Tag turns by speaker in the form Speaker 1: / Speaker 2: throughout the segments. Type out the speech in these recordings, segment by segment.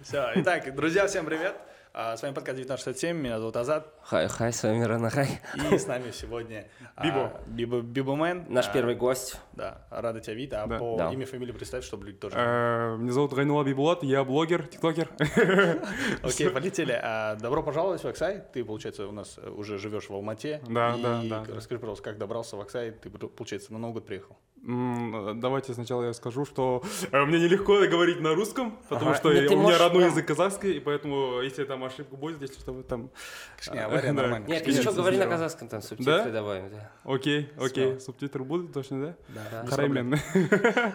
Speaker 1: Все, итак, друзья, всем привет. А, С вами подкаст 1967, меня зовут Азат,
Speaker 2: Хай, хай, с вами Рена Хай.
Speaker 1: и с нами сегодня а,
Speaker 3: Бибо.
Speaker 1: Бибо- Бибомен.
Speaker 2: Наш
Speaker 1: А,
Speaker 2: первый гость.
Speaker 1: Да, рада тебя видеть, а
Speaker 3: Да.
Speaker 1: по
Speaker 2: Да.
Speaker 1: имя, фамилии представь, чтобы люди тоже...
Speaker 3: Э, Меня зовут Гайнула Бибулат, я блогер, тиктокер.
Speaker 1: Окей, полетели. А, Добро пожаловать в Аксай. Ты, получается, у нас э, уже живешь в Алмате.
Speaker 3: Да,
Speaker 1: И
Speaker 3: да, да, да.
Speaker 1: Расскажи, пожалуйста, как добрался в Аксай? Ты, получается, на Новый год приехал.
Speaker 3: М, Давайте сначала я скажу, что э, мне нелегко говорить на русском, потому
Speaker 2: Ага.
Speaker 3: что
Speaker 2: Ну,
Speaker 3: я-
Speaker 2: ты
Speaker 3: у меня
Speaker 2: можешь
Speaker 3: родной
Speaker 2: прям-
Speaker 3: язык казахский, и поэтому если там ошибка будет, если что, вы там...
Speaker 1: Конечно,
Speaker 3: А,
Speaker 1: авария
Speaker 3: да.
Speaker 1: нормально.
Speaker 2: Нет, ты
Speaker 3: Нет,
Speaker 2: еще
Speaker 3: не
Speaker 2: говори на
Speaker 3: знаю.
Speaker 2: казахском, там субтитры
Speaker 3: Да?
Speaker 2: добавим. Да.
Speaker 3: Окей, окей,
Speaker 1: Смело.
Speaker 3: субтитры будут, точно,
Speaker 2: Да.
Speaker 3: да? Караймен.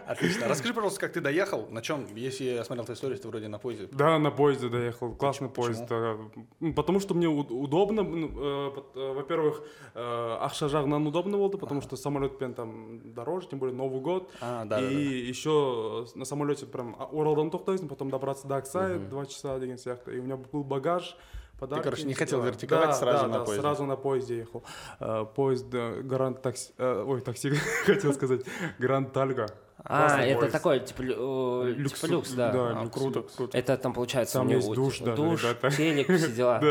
Speaker 1: Отлично. Расскажи, пожалуйста, как ты доехал, на чем, если я смотрел твою историю, ты вроде на поезде.
Speaker 3: Да, на поезде доехал, классный
Speaker 1: Почему?
Speaker 3: поезд. э, м, Потому что мне уд- удобно, м, э, пот- э, во-первых, ақшажағынан удобно болды, потому что самолетпен там дороже, тем более Новый год.
Speaker 1: А, да,
Speaker 3: и еще на самолете прям а, Оралдан тоқтайсың, потом добраться до Аксая, два часа деген сияқты. И у меня был багаж, подарки.
Speaker 1: короче, не
Speaker 3: всё
Speaker 1: хотел
Speaker 3: дела.
Speaker 1: вертиковать,
Speaker 3: Да,
Speaker 1: сразу
Speaker 3: да,
Speaker 1: на
Speaker 3: да,
Speaker 1: поезде.
Speaker 3: сразу на поезде ехал. Э, Поезд э, Гранд Такси... э, Ой, такси хотел сказать. Гранд Тальга.
Speaker 2: А, это такой, типа, лю- э,
Speaker 3: Люкс-
Speaker 2: типа люкс, да.
Speaker 3: да,
Speaker 2: А,
Speaker 3: люкс,
Speaker 2: круто.
Speaker 3: люкс. Круто.
Speaker 2: Это там получается
Speaker 3: Там
Speaker 2: у него
Speaker 3: есть душ, да,
Speaker 2: душ,
Speaker 3: ребята.
Speaker 2: телек, все дела.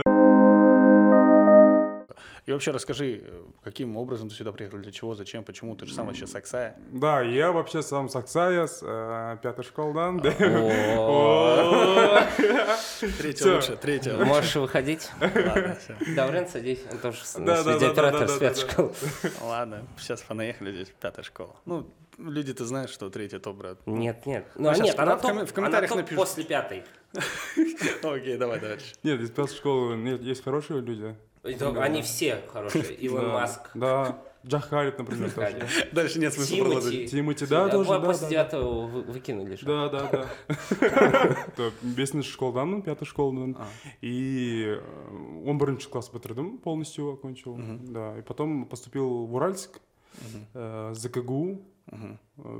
Speaker 1: И вообще расскажи, э, каким образом ты сюда приехал, для чего, зачем, почему, ты же сам вообще с Аксая.
Speaker 3: Да, я вообще сам Саксая, с э, пятой школдан.
Speaker 1: А.
Speaker 3: да.
Speaker 2: О,
Speaker 1: Третья
Speaker 3: Всё.
Speaker 1: лучше, третья лучше.
Speaker 2: Можешь выходить.
Speaker 1: Ладно, всё.
Speaker 2: Даврен, садись. Он тоже с-
Speaker 3: Да, да,
Speaker 2: среди
Speaker 3: да, да,
Speaker 2: операторов
Speaker 3: да,
Speaker 2: с
Speaker 3: да,
Speaker 2: пятой
Speaker 3: да.
Speaker 2: школы.
Speaker 1: Ладно, сейчас понаехали здесь, пятая школа. Ну, люди, ты знаешь, что третья топ, брат.
Speaker 2: Нет, нет.
Speaker 1: Ну,
Speaker 2: Ну, а
Speaker 1: сейчас
Speaker 2: нет,
Speaker 1: в
Speaker 2: она
Speaker 1: ком-
Speaker 2: топ-
Speaker 1: в комментариях
Speaker 2: она топ
Speaker 1: напишут.
Speaker 2: после пятой.
Speaker 1: Окей, давай дальше.
Speaker 3: Нет, из пятой школы нет, есть хорошие люди.
Speaker 2: Это- Они все хорошие. Илон
Speaker 3: Да.
Speaker 2: Маск.
Speaker 3: Да, Джахарит, например, тоже.
Speaker 2: Кали.
Speaker 1: Дальше нет смысла
Speaker 2: Тимати.
Speaker 1: продолжить.
Speaker 3: Тимати, да,
Speaker 2: А
Speaker 3: тоже, да,
Speaker 2: После
Speaker 3: да,
Speaker 2: девятого вы- выкинули. же.
Speaker 3: Да, да, да. То бесінші школдамын ну, пятый школдан
Speaker 1: А.
Speaker 3: и э, 11 класс бітірдім полностью окончил да и потом поступил в Уральск э, ЗКГУ
Speaker 1: Мгм.
Speaker 3: э,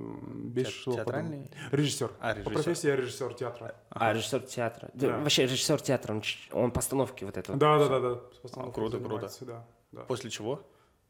Speaker 3: бес
Speaker 1: Те-
Speaker 3: жыл потом.
Speaker 1: театральный?
Speaker 3: режиссер
Speaker 1: А,
Speaker 3: по
Speaker 1: режиссер.
Speaker 3: профессии я режиссер театра
Speaker 2: А, режиссер театра. Да,
Speaker 3: Да.
Speaker 2: Вообще режиссер театра, он, ч- он постановки вот этого.
Speaker 3: да да да да с постановкой
Speaker 1: А, круто, круто.
Speaker 3: занимается, да, да.
Speaker 1: После чего?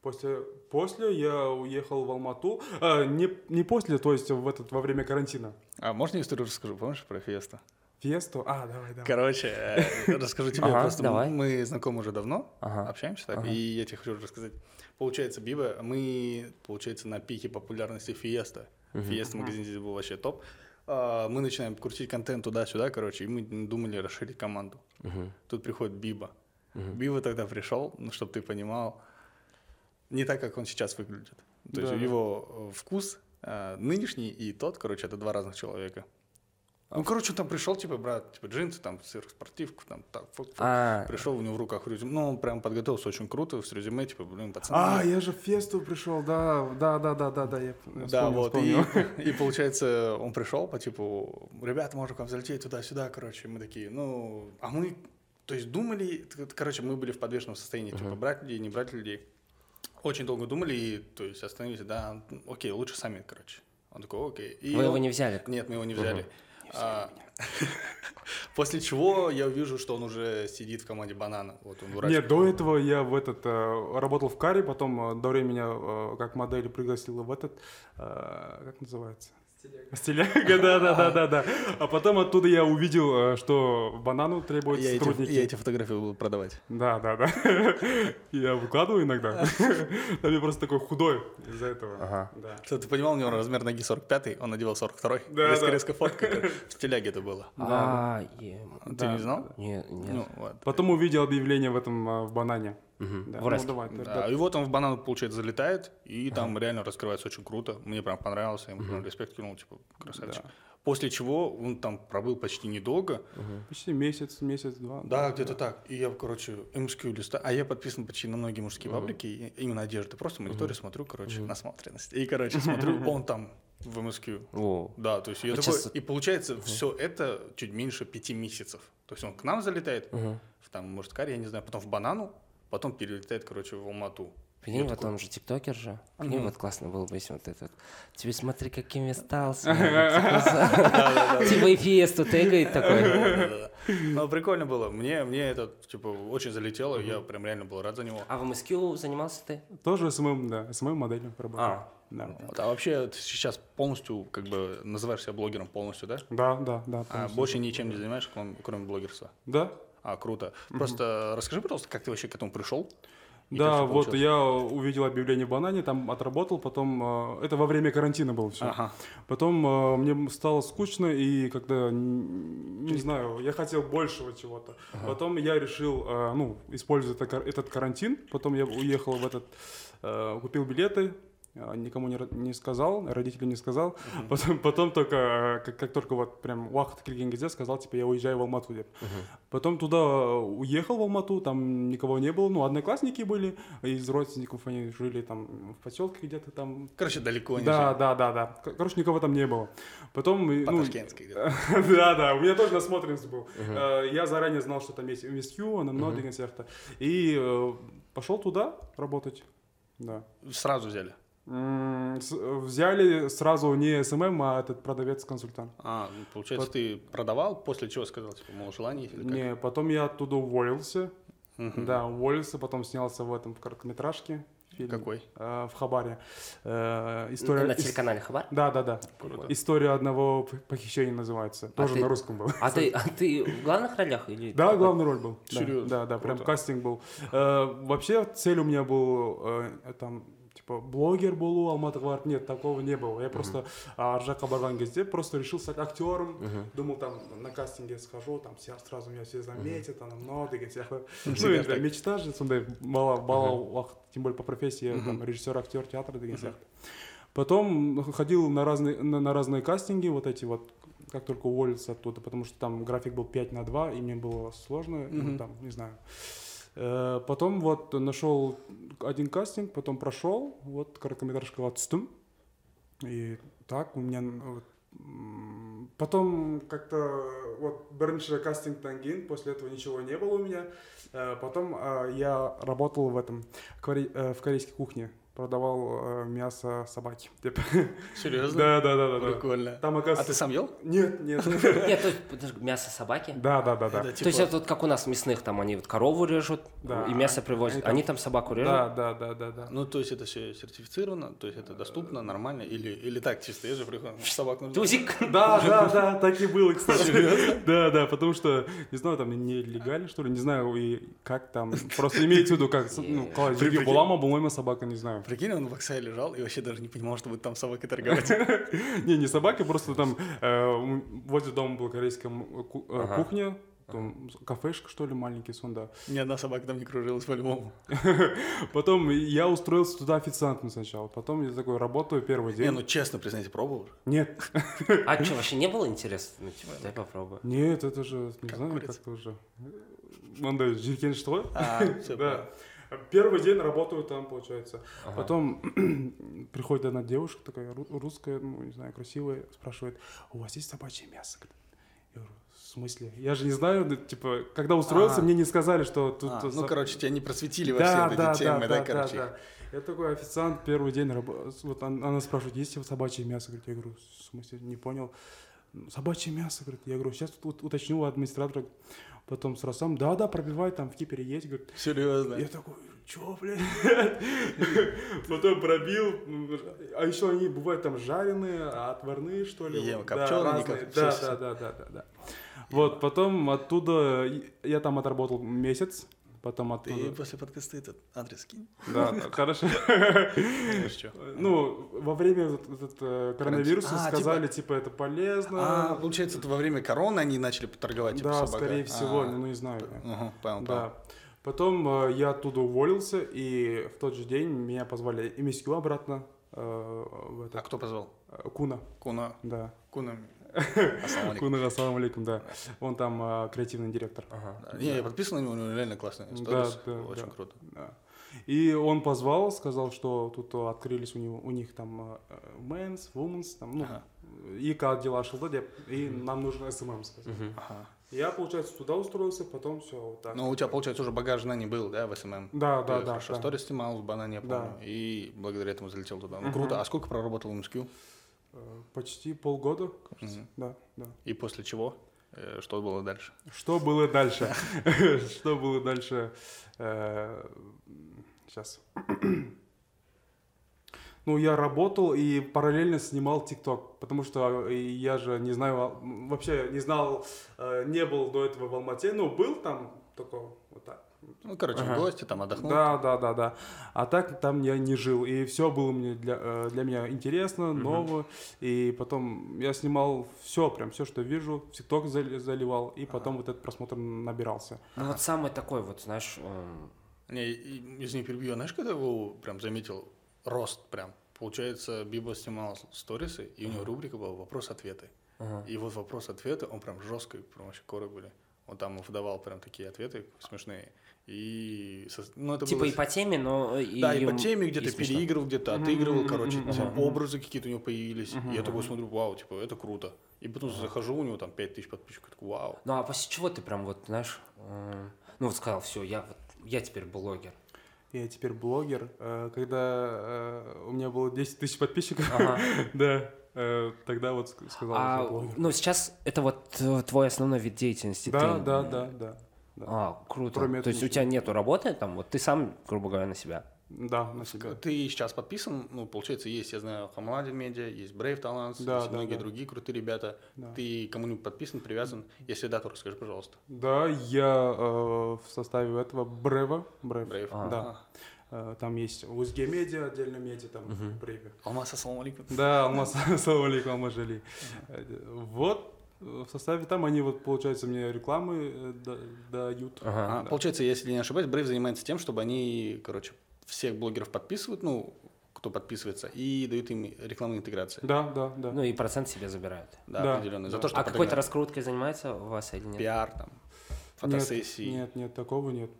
Speaker 3: После, после я уехал в Алмату, А, не, не после, то есть в этот, во время карантина.
Speaker 1: А можно я историю расскажу? Помнишь про Фиесту?
Speaker 3: Фиесту? А, давай, давай.
Speaker 1: Короче, э, расскажу тебе.
Speaker 2: Ага,
Speaker 1: Просто
Speaker 2: давай.
Speaker 1: м- мы знакомы уже давно,
Speaker 2: Ага.
Speaker 1: общаемся так,
Speaker 2: Ага.
Speaker 1: и я тебе хочу рассказать. Получается, Биба, мы, получается, на пике популярности Фиеста. Фиеста магазин здесь был вообще топ. А, Мы начинаем крутить контент туда-сюда, короче, и мы думали расширить команду. Тут приходит Биба. Биба тогда пришел, ну, чтобы ты понимал, не так, как он сейчас выглядит. То есть
Speaker 3: Да.
Speaker 1: его э, вкус э, нынешний и тот, короче, это два разных человека. Ну, короче, он там пришел, типа, брат, типа, джинсы, там, сыр, спортивку, там, так, фу- фу.
Speaker 2: А,
Speaker 1: Пришел, у него в руках резюме, ну, он прям подготовился очень круто, с резюме, типа, блин, пацаны.
Speaker 3: А, я же в Фесту пришел, да, да, да, да, да, да, я вспомнил,
Speaker 1: Да, вот, и,
Speaker 3: вспомнил.
Speaker 1: и получается, он пришел по типу, ребята, можно к вам залететь туда-сюда, короче, мы такие, ну, а мы, то есть думали, т- т- короче, мы были в подвешенном состоянии, типа, брать людей, не брать людей. Очень долго думали, и, то есть, остановились, да, м, окей, лучше сами, короче. Он такой, окей. И
Speaker 2: вы
Speaker 1: он-
Speaker 2: его не взяли.
Speaker 1: Нет, мы его не взяли. А, После чего я вижу, что он уже сидит в команде банана. Вот он дурачок.
Speaker 3: Нет, до этого я в этот э, работал в Каре, потом э, Дорей меня э, как модель пригласила в этот, э, как называется? Стиляга, да, да, да, да, да. А потом оттуда я увидел, э, что банану требуют
Speaker 1: я эти, я
Speaker 3: сотрудники.
Speaker 1: эти фотографии буду продавать.
Speaker 3: Да, да, да. Я выкладываю иногда. Да, мне просто такой худой из-за этого.
Speaker 2: Ага.
Speaker 3: Да.
Speaker 1: Что ты понимал, у него размер ноги 45 он надевал 42
Speaker 3: Да,
Speaker 1: резко,
Speaker 3: да.
Speaker 1: резко фотка. как В стиляге это было.
Speaker 2: А, е-
Speaker 1: Ты не знал?
Speaker 2: Нет, нет.
Speaker 1: Ну, вот.
Speaker 3: Потом увидел объявление в этом э, в банане.
Speaker 2: Мгм.
Speaker 3: Да,
Speaker 2: В
Speaker 3: ну,
Speaker 2: Уральске.
Speaker 3: давай, да,
Speaker 1: Да, и вот он в банан, получается, залетает, и там реально раскрывается очень круто. Мне прям понравился, я ему прям респект кинул, типа, красавчик. После чего он там пробыл почти недолго.
Speaker 3: да. Почти месяц, месяц-два.
Speaker 1: Да, где-то так. И я, короче, МСК листа. А я подписан почти на многие мужские паблики, и- именно одежды. Просто мониторю, смотрю, короче, насмотренность. И, короче, смотрю, он там в МСК.
Speaker 2: О.
Speaker 1: Да, то есть я
Speaker 2: А
Speaker 1: такой-
Speaker 2: часто-
Speaker 1: и получается все это чуть меньше пяти месяцев. То есть он к нам залетает, в, там, может, Карь, я не знаю, потом в Банану, потом перелетает, короче, в Алмату.
Speaker 2: Прикинь,
Speaker 1: Я
Speaker 2: вот
Speaker 1: такой,
Speaker 2: он же тиктокер же. Прикинь,
Speaker 1: Мгм.
Speaker 2: вот классно было бы, если вот этот. Тебе смотри, каким я стал. смотри, типа, за-
Speaker 1: «Да, да, да,
Speaker 2: Типа и Фиесту тегает такой.
Speaker 1: Да-да-да. Но Ну, прикольно было. Мне, мне это, типа, очень залетело. Я прям реально был рад за него.
Speaker 2: А в МСК занимался ты?
Speaker 3: Тоже СММ, да, СММ моделью работал.
Speaker 2: А.
Speaker 3: Да.
Speaker 1: Вот, А вообще ты сейчас полностью, как бы, называешь себя блогером полностью, да?
Speaker 3: да, да, да.
Speaker 1: А
Speaker 3: полностью.
Speaker 1: больше ничем не занимаешься, кроме- кроме блогерства?
Speaker 3: Да,
Speaker 1: А, круто. Просто расскажи, пожалуйста, как ты вообще к этому пришел? И как
Speaker 3: Да,
Speaker 1: всё
Speaker 3: вот
Speaker 1: получилось?
Speaker 3: я увидел объявление в банане, там отработал, потом э, это во время карантина было все.
Speaker 1: Ага.
Speaker 3: Потом э, мне стало скучно, и когда н- не знаю, я хотел большего чего-то. Потом я решил, э, ну, использовать это кар- этот карантин. Потом я уехал в этот, э, купил билеты, э, никому не, ра- не сказал, родителям не сказал. Потом, потом только, э, как, как только вот прям уақыт келгенде сказал, типа, я уезжаю в Алмату деп. Потом туда уехал в Алмату, там никого не было, ну, одноклассники были, из родственников они жили там в поселке где-то там.
Speaker 1: Короче, далеко не
Speaker 3: Да,
Speaker 1: жил.
Speaker 3: да, да, да. К- Короче, никого там не было. Потом... и, ну,
Speaker 1: По-ташкентски где-то.
Speaker 3: да, да, у меня тоже насмотренность был. Э, Я заранее знал, что там есть MSQ, анамно деген сияқты. И э, пошел туда работать. Да.
Speaker 1: Сразу взяли.
Speaker 3: М, с- э, Взяли сразу не СММ, а этот продавец-консультант.
Speaker 1: А, ну, получается,
Speaker 3: Пот-
Speaker 1: ты продавал, после чего сказал, типа, мол, желание есть или как?
Speaker 3: Не, потом я оттуда уволился.
Speaker 1: Мгм.
Speaker 3: Да, уволился, потом снялся в этом в короткометражке. фильм,
Speaker 1: Какой?
Speaker 3: э, В Хабаре. Э, История...
Speaker 2: На
Speaker 3: ис-
Speaker 2: телеканале Хабар?
Speaker 3: Да, да, да.
Speaker 1: Круто.
Speaker 3: История одного п- похищения называется. Тоже
Speaker 2: ты-
Speaker 3: на русском был.
Speaker 2: А ты, а ты в главных ролях или?
Speaker 3: Да,
Speaker 2: какой?
Speaker 3: главный роль был. Да,
Speaker 1: Серьёзно?
Speaker 3: Да, да, прям
Speaker 1: Круто.
Speaker 3: кастинг был. Э, Вообще цель у меня был э, там типа блогер болу алматы бар нет такого не было я просто а, аржаққа барған кезде просто решил стать актером думал там на кастинге схожу там ся- сразу меня все заметят анау деген сияқты ну
Speaker 1: Тебя
Speaker 3: енді
Speaker 1: так.
Speaker 3: мечта же сондай бала бала уақыт тем более по профессии там режиссер актер театр деген сияқты потом ходил на разные на, на разные кастинги вот эти вот как только уволился оттуда, потому что там график был 5 на 2, и мне было сложно, ну,
Speaker 1: Мгм.
Speaker 3: там, не знаю. Э, Потом вот нашел один кастинг, потом прошел, вот короткометражка «Отстым». И так у меня... н- вот, м, Потом как-то вот бірінші кастинг кейін, после этого ничего не было у меня. Э, Потом э, я работал в этом, коре- э, в корейской кухне, продавал э, мясо собаки. Типа.
Speaker 1: Серьезно?
Speaker 3: Да, да, да, да. да.
Speaker 1: Прикольно.
Speaker 3: Там
Speaker 1: А ты
Speaker 3: оказывается...
Speaker 1: сам ел?
Speaker 3: Нет, нет.
Speaker 2: Нет, то есть, подожди, мясо собаки?
Speaker 3: Да, да, да, да.
Speaker 1: Это,
Speaker 2: То есть
Speaker 1: типа,
Speaker 2: это вот как у нас мясных, там они вот корову режут
Speaker 3: Да.
Speaker 2: и мясо привозят,
Speaker 3: Они там-
Speaker 2: они там собаку режут.
Speaker 3: Да, да, да, да, да.
Speaker 1: Ну, то есть это все сертифицировано, то есть это доступно, нормально, или, или так чисто, я же прихожу, собак нужно.
Speaker 2: Тузик.
Speaker 3: Да, да, да, так и было, кстати. Да, да, потому что, не знаю, там нелегально, что ли, не знаю, и как там. Просто имеете в виду, как, ну, қалай, жерге бола ма, болмай ма собака, не знаю.
Speaker 1: Прикинь, он в Оксае лежал и вообще даже не понимал, что будет там собакой торговать.
Speaker 3: Не, не собаки, просто там э, м, возле дома была корейская м, ку- э,
Speaker 2: Ага.
Speaker 3: кухня, там кафешка, что ли, маленький, сонда.
Speaker 1: Ни одна собака там не кружилась по-любому.
Speaker 3: Потом я устроился туда официантом сначала, потом я такой работаю первый
Speaker 1: Не,
Speaker 3: день.
Speaker 1: ну честно, признайте, пробовал.
Speaker 3: Нет,
Speaker 2: А что, вообще не было интересно? Ну, типа, дай попробую.
Speaker 3: нет, это же, не
Speaker 1: Как
Speaker 3: знаю,
Speaker 1: курица.
Speaker 3: как-то уже. Мандай, жиркен что?
Speaker 1: А, всё,
Speaker 3: Да. Первый день работаю там, получается.
Speaker 2: Ага.
Speaker 3: Потом приходит одна девушка, такая ру- русская, ну, не знаю, красивая, спрашивает, у вас есть собачье мясо? Я говорю, в смысле? Я же не знаю, ну, типа, когда устроился,
Speaker 1: А.
Speaker 3: мне не сказали, что тут...
Speaker 1: А,
Speaker 3: тут
Speaker 1: ну,
Speaker 3: за-
Speaker 1: короче, тебя не просветили во
Speaker 3: да,
Speaker 1: все
Speaker 3: да,
Speaker 1: эти темы, да, короче.
Speaker 3: да. Я такой официант, первый день, рабо- с- вот он- она спрашивает, есть ли вот собачье мясо? Говорит, я говорю, в смысле, не понял. «Ну, Собачье мясо, говорит, я говорю, сейчас тут уточню у администратора. Потом сразу сам, да-да, пробивай, там в Кипере есть, говорит, я
Speaker 1: Серьезно.
Speaker 3: такой, чё, блядь? Потом пробил. м, А еще они бывают там жареные, а отварные, что ли.
Speaker 1: Ем,
Speaker 3: вот, да,
Speaker 1: копчёные, не
Speaker 3: разные.
Speaker 1: коп-
Speaker 3: Да,
Speaker 1: всё,
Speaker 3: да,
Speaker 1: всё.
Speaker 3: да, да, да, да. Вот, потом оттуда, э, я там отработал месяц, потом
Speaker 1: Ты
Speaker 3: оттуда.
Speaker 1: после подкаста этот адрес кинь.
Speaker 3: Да, да, хорошо.
Speaker 1: Знаешь, чё?
Speaker 3: Ну, во время вот этот, э, коронавируса
Speaker 1: А,
Speaker 3: сказали, типа, это полезно.
Speaker 1: А, получается, это во время короны они начали торговать, типа,
Speaker 3: Да,
Speaker 1: собакой?
Speaker 3: скорее всего,
Speaker 1: А,
Speaker 3: ну, не знаю.
Speaker 1: Ага, понял, понял.
Speaker 3: Да. Потом э, я оттуда уволился, и в тот же день меня позвали MSQ обратно э, в
Speaker 1: А
Speaker 3: этот,
Speaker 1: кто позвал?
Speaker 3: э, Куна,
Speaker 1: Куна.
Speaker 3: да.
Speaker 1: Куна. Ассаламу алейкум.
Speaker 3: Куна, ассаламу алейкум, да. Он там э, креативный директор.
Speaker 2: Ага.
Speaker 1: Да, Не, я подписан на него, у него реально классная
Speaker 3: Да,
Speaker 1: история.
Speaker 3: да,
Speaker 1: Очень
Speaker 3: да.
Speaker 1: круто.
Speaker 3: Да. И он позвал, сказал, что тут э, открылись у, него, у них там э, men's, women's, там, ну,
Speaker 1: Ага.
Speaker 3: и как дела шел, да, деп, и нам нужно SMM сказать.
Speaker 1: Ага.
Speaker 3: Я, получается, туда устроился, потом все вот так.
Speaker 1: Ну, у тебя, получается, уже багаж знаний был, да, в СММ?
Speaker 3: да,
Speaker 1: Ты
Speaker 3: да, да.
Speaker 1: хорошо
Speaker 3: да.
Speaker 1: сторис снимал в банане, я
Speaker 3: Да.
Speaker 1: помню, и благодаря этому залетел туда. Ну,
Speaker 3: Мгм.
Speaker 1: круто. А сколько проработал в МСК?
Speaker 3: э, почти полгода, кажется.
Speaker 1: Мгм.
Speaker 3: Да, да.
Speaker 1: И после чего? Э, Что было дальше?
Speaker 3: Что было дальше? Что было дальше? Э, Сейчас. Ну, я работал и параллельно снимал ТикТок, потому что э, я же не знаю, а, м, вообще не знал, э, не был до этого в Алмате, но был там такого, вот так.
Speaker 1: Ну, короче,
Speaker 3: Ага.
Speaker 1: в гости там отдохнул.
Speaker 3: Да, да, да, да. А так там я не жил. И все было мне для, э, для меня интересно, ново. И потом я снимал все, прям все, что вижу, в ТикТок зали- заливал, и потом вот этот просмотр набирался.
Speaker 2: Ну вот самый такой вот, знаешь, эм,
Speaker 1: Не, и- извини, перебью. Знаешь, когда его прям заметил рост прям? Получается, Биба снимал сторисы, и у него рубрика была «Вопрос-ответы».
Speaker 2: ага.
Speaker 1: И вот вопрос-ответы, он прям жесткий, прям вообще коры были. Он там выдавал прям такие ответы смешные. И... со- Ну, это
Speaker 2: типа
Speaker 1: было-
Speaker 2: и по теме, но и...
Speaker 1: Да, и по
Speaker 2: м-
Speaker 1: теме
Speaker 2: и
Speaker 1: где-то
Speaker 2: смешно.
Speaker 1: переигрывал, где-то отыгрывал,
Speaker 3: Мгм,
Speaker 1: короче,
Speaker 3: мгм,
Speaker 1: типа,
Speaker 2: мгм.
Speaker 1: образы какие-то у него появились. И я такой смотрю, вау, типа, это круто. И потом захожу, у него там 5000 подписчиков, такой, вау.
Speaker 2: Ну а после чего ты прям вот, знаешь, эм, ну вот сказал, все, я вот, я теперь блогер.
Speaker 3: Я теперь блогер. Э, Когда э, у меня было 10 тысяч подписчиков,
Speaker 2: Ага.
Speaker 3: да, э, тогда вот ск- сказал,
Speaker 2: А,
Speaker 3: я блогер.
Speaker 2: ну сейчас это вот э, твой основной вид деятельности.
Speaker 3: Да,
Speaker 2: ты-
Speaker 3: да, да, да.
Speaker 2: А, круто.
Speaker 3: Кроме
Speaker 2: То
Speaker 3: этого
Speaker 2: есть у
Speaker 3: ничего.
Speaker 2: тебя нету работы там, вот ты сам, грубо говоря, на себя.
Speaker 3: Да, на себя.
Speaker 1: Ты сейчас подписан, ну, получается, есть, я знаю, Хамлади Медиа, есть Brave Talents,
Speaker 3: Да,
Speaker 1: есть
Speaker 3: да,
Speaker 1: многие
Speaker 3: да.
Speaker 1: другие крутые ребята.
Speaker 3: Да.
Speaker 1: Ты кому-нибудь подписан, привязан? Если да, то расскажи, пожалуйста.
Speaker 3: Да, я э, в составе этого Брева. Брев.
Speaker 1: Brave.
Speaker 2: А.
Speaker 3: Да. Э, Там есть УСГ Медиа, отдельно медиа, там в Бреве.
Speaker 1: Алмаз, ассаламу алейкум.
Speaker 3: Да, Алмаз, салам алейкум, Алмаз Жали. Э, Вот, э, в составе там они, вот, получается, мне рекламы э, да- дают.
Speaker 2: Ага.
Speaker 1: А, Получается, если не ошибаюсь, Brave занимается тем, чтобы они, короче, всех блогеров подписывают, ну, кто подписывается, и дают им рекламные интеграции.
Speaker 3: Да, да, да.
Speaker 2: Ну и процент себе забирают.
Speaker 1: Да,
Speaker 3: Да.
Speaker 1: определенный. За
Speaker 3: Да.
Speaker 1: то, что
Speaker 2: а какой-то
Speaker 1: подогнали.
Speaker 2: раскруткой занимается у вас или нет?
Speaker 1: пиар, там, фотосессии.
Speaker 3: Нет, нет, такого нет.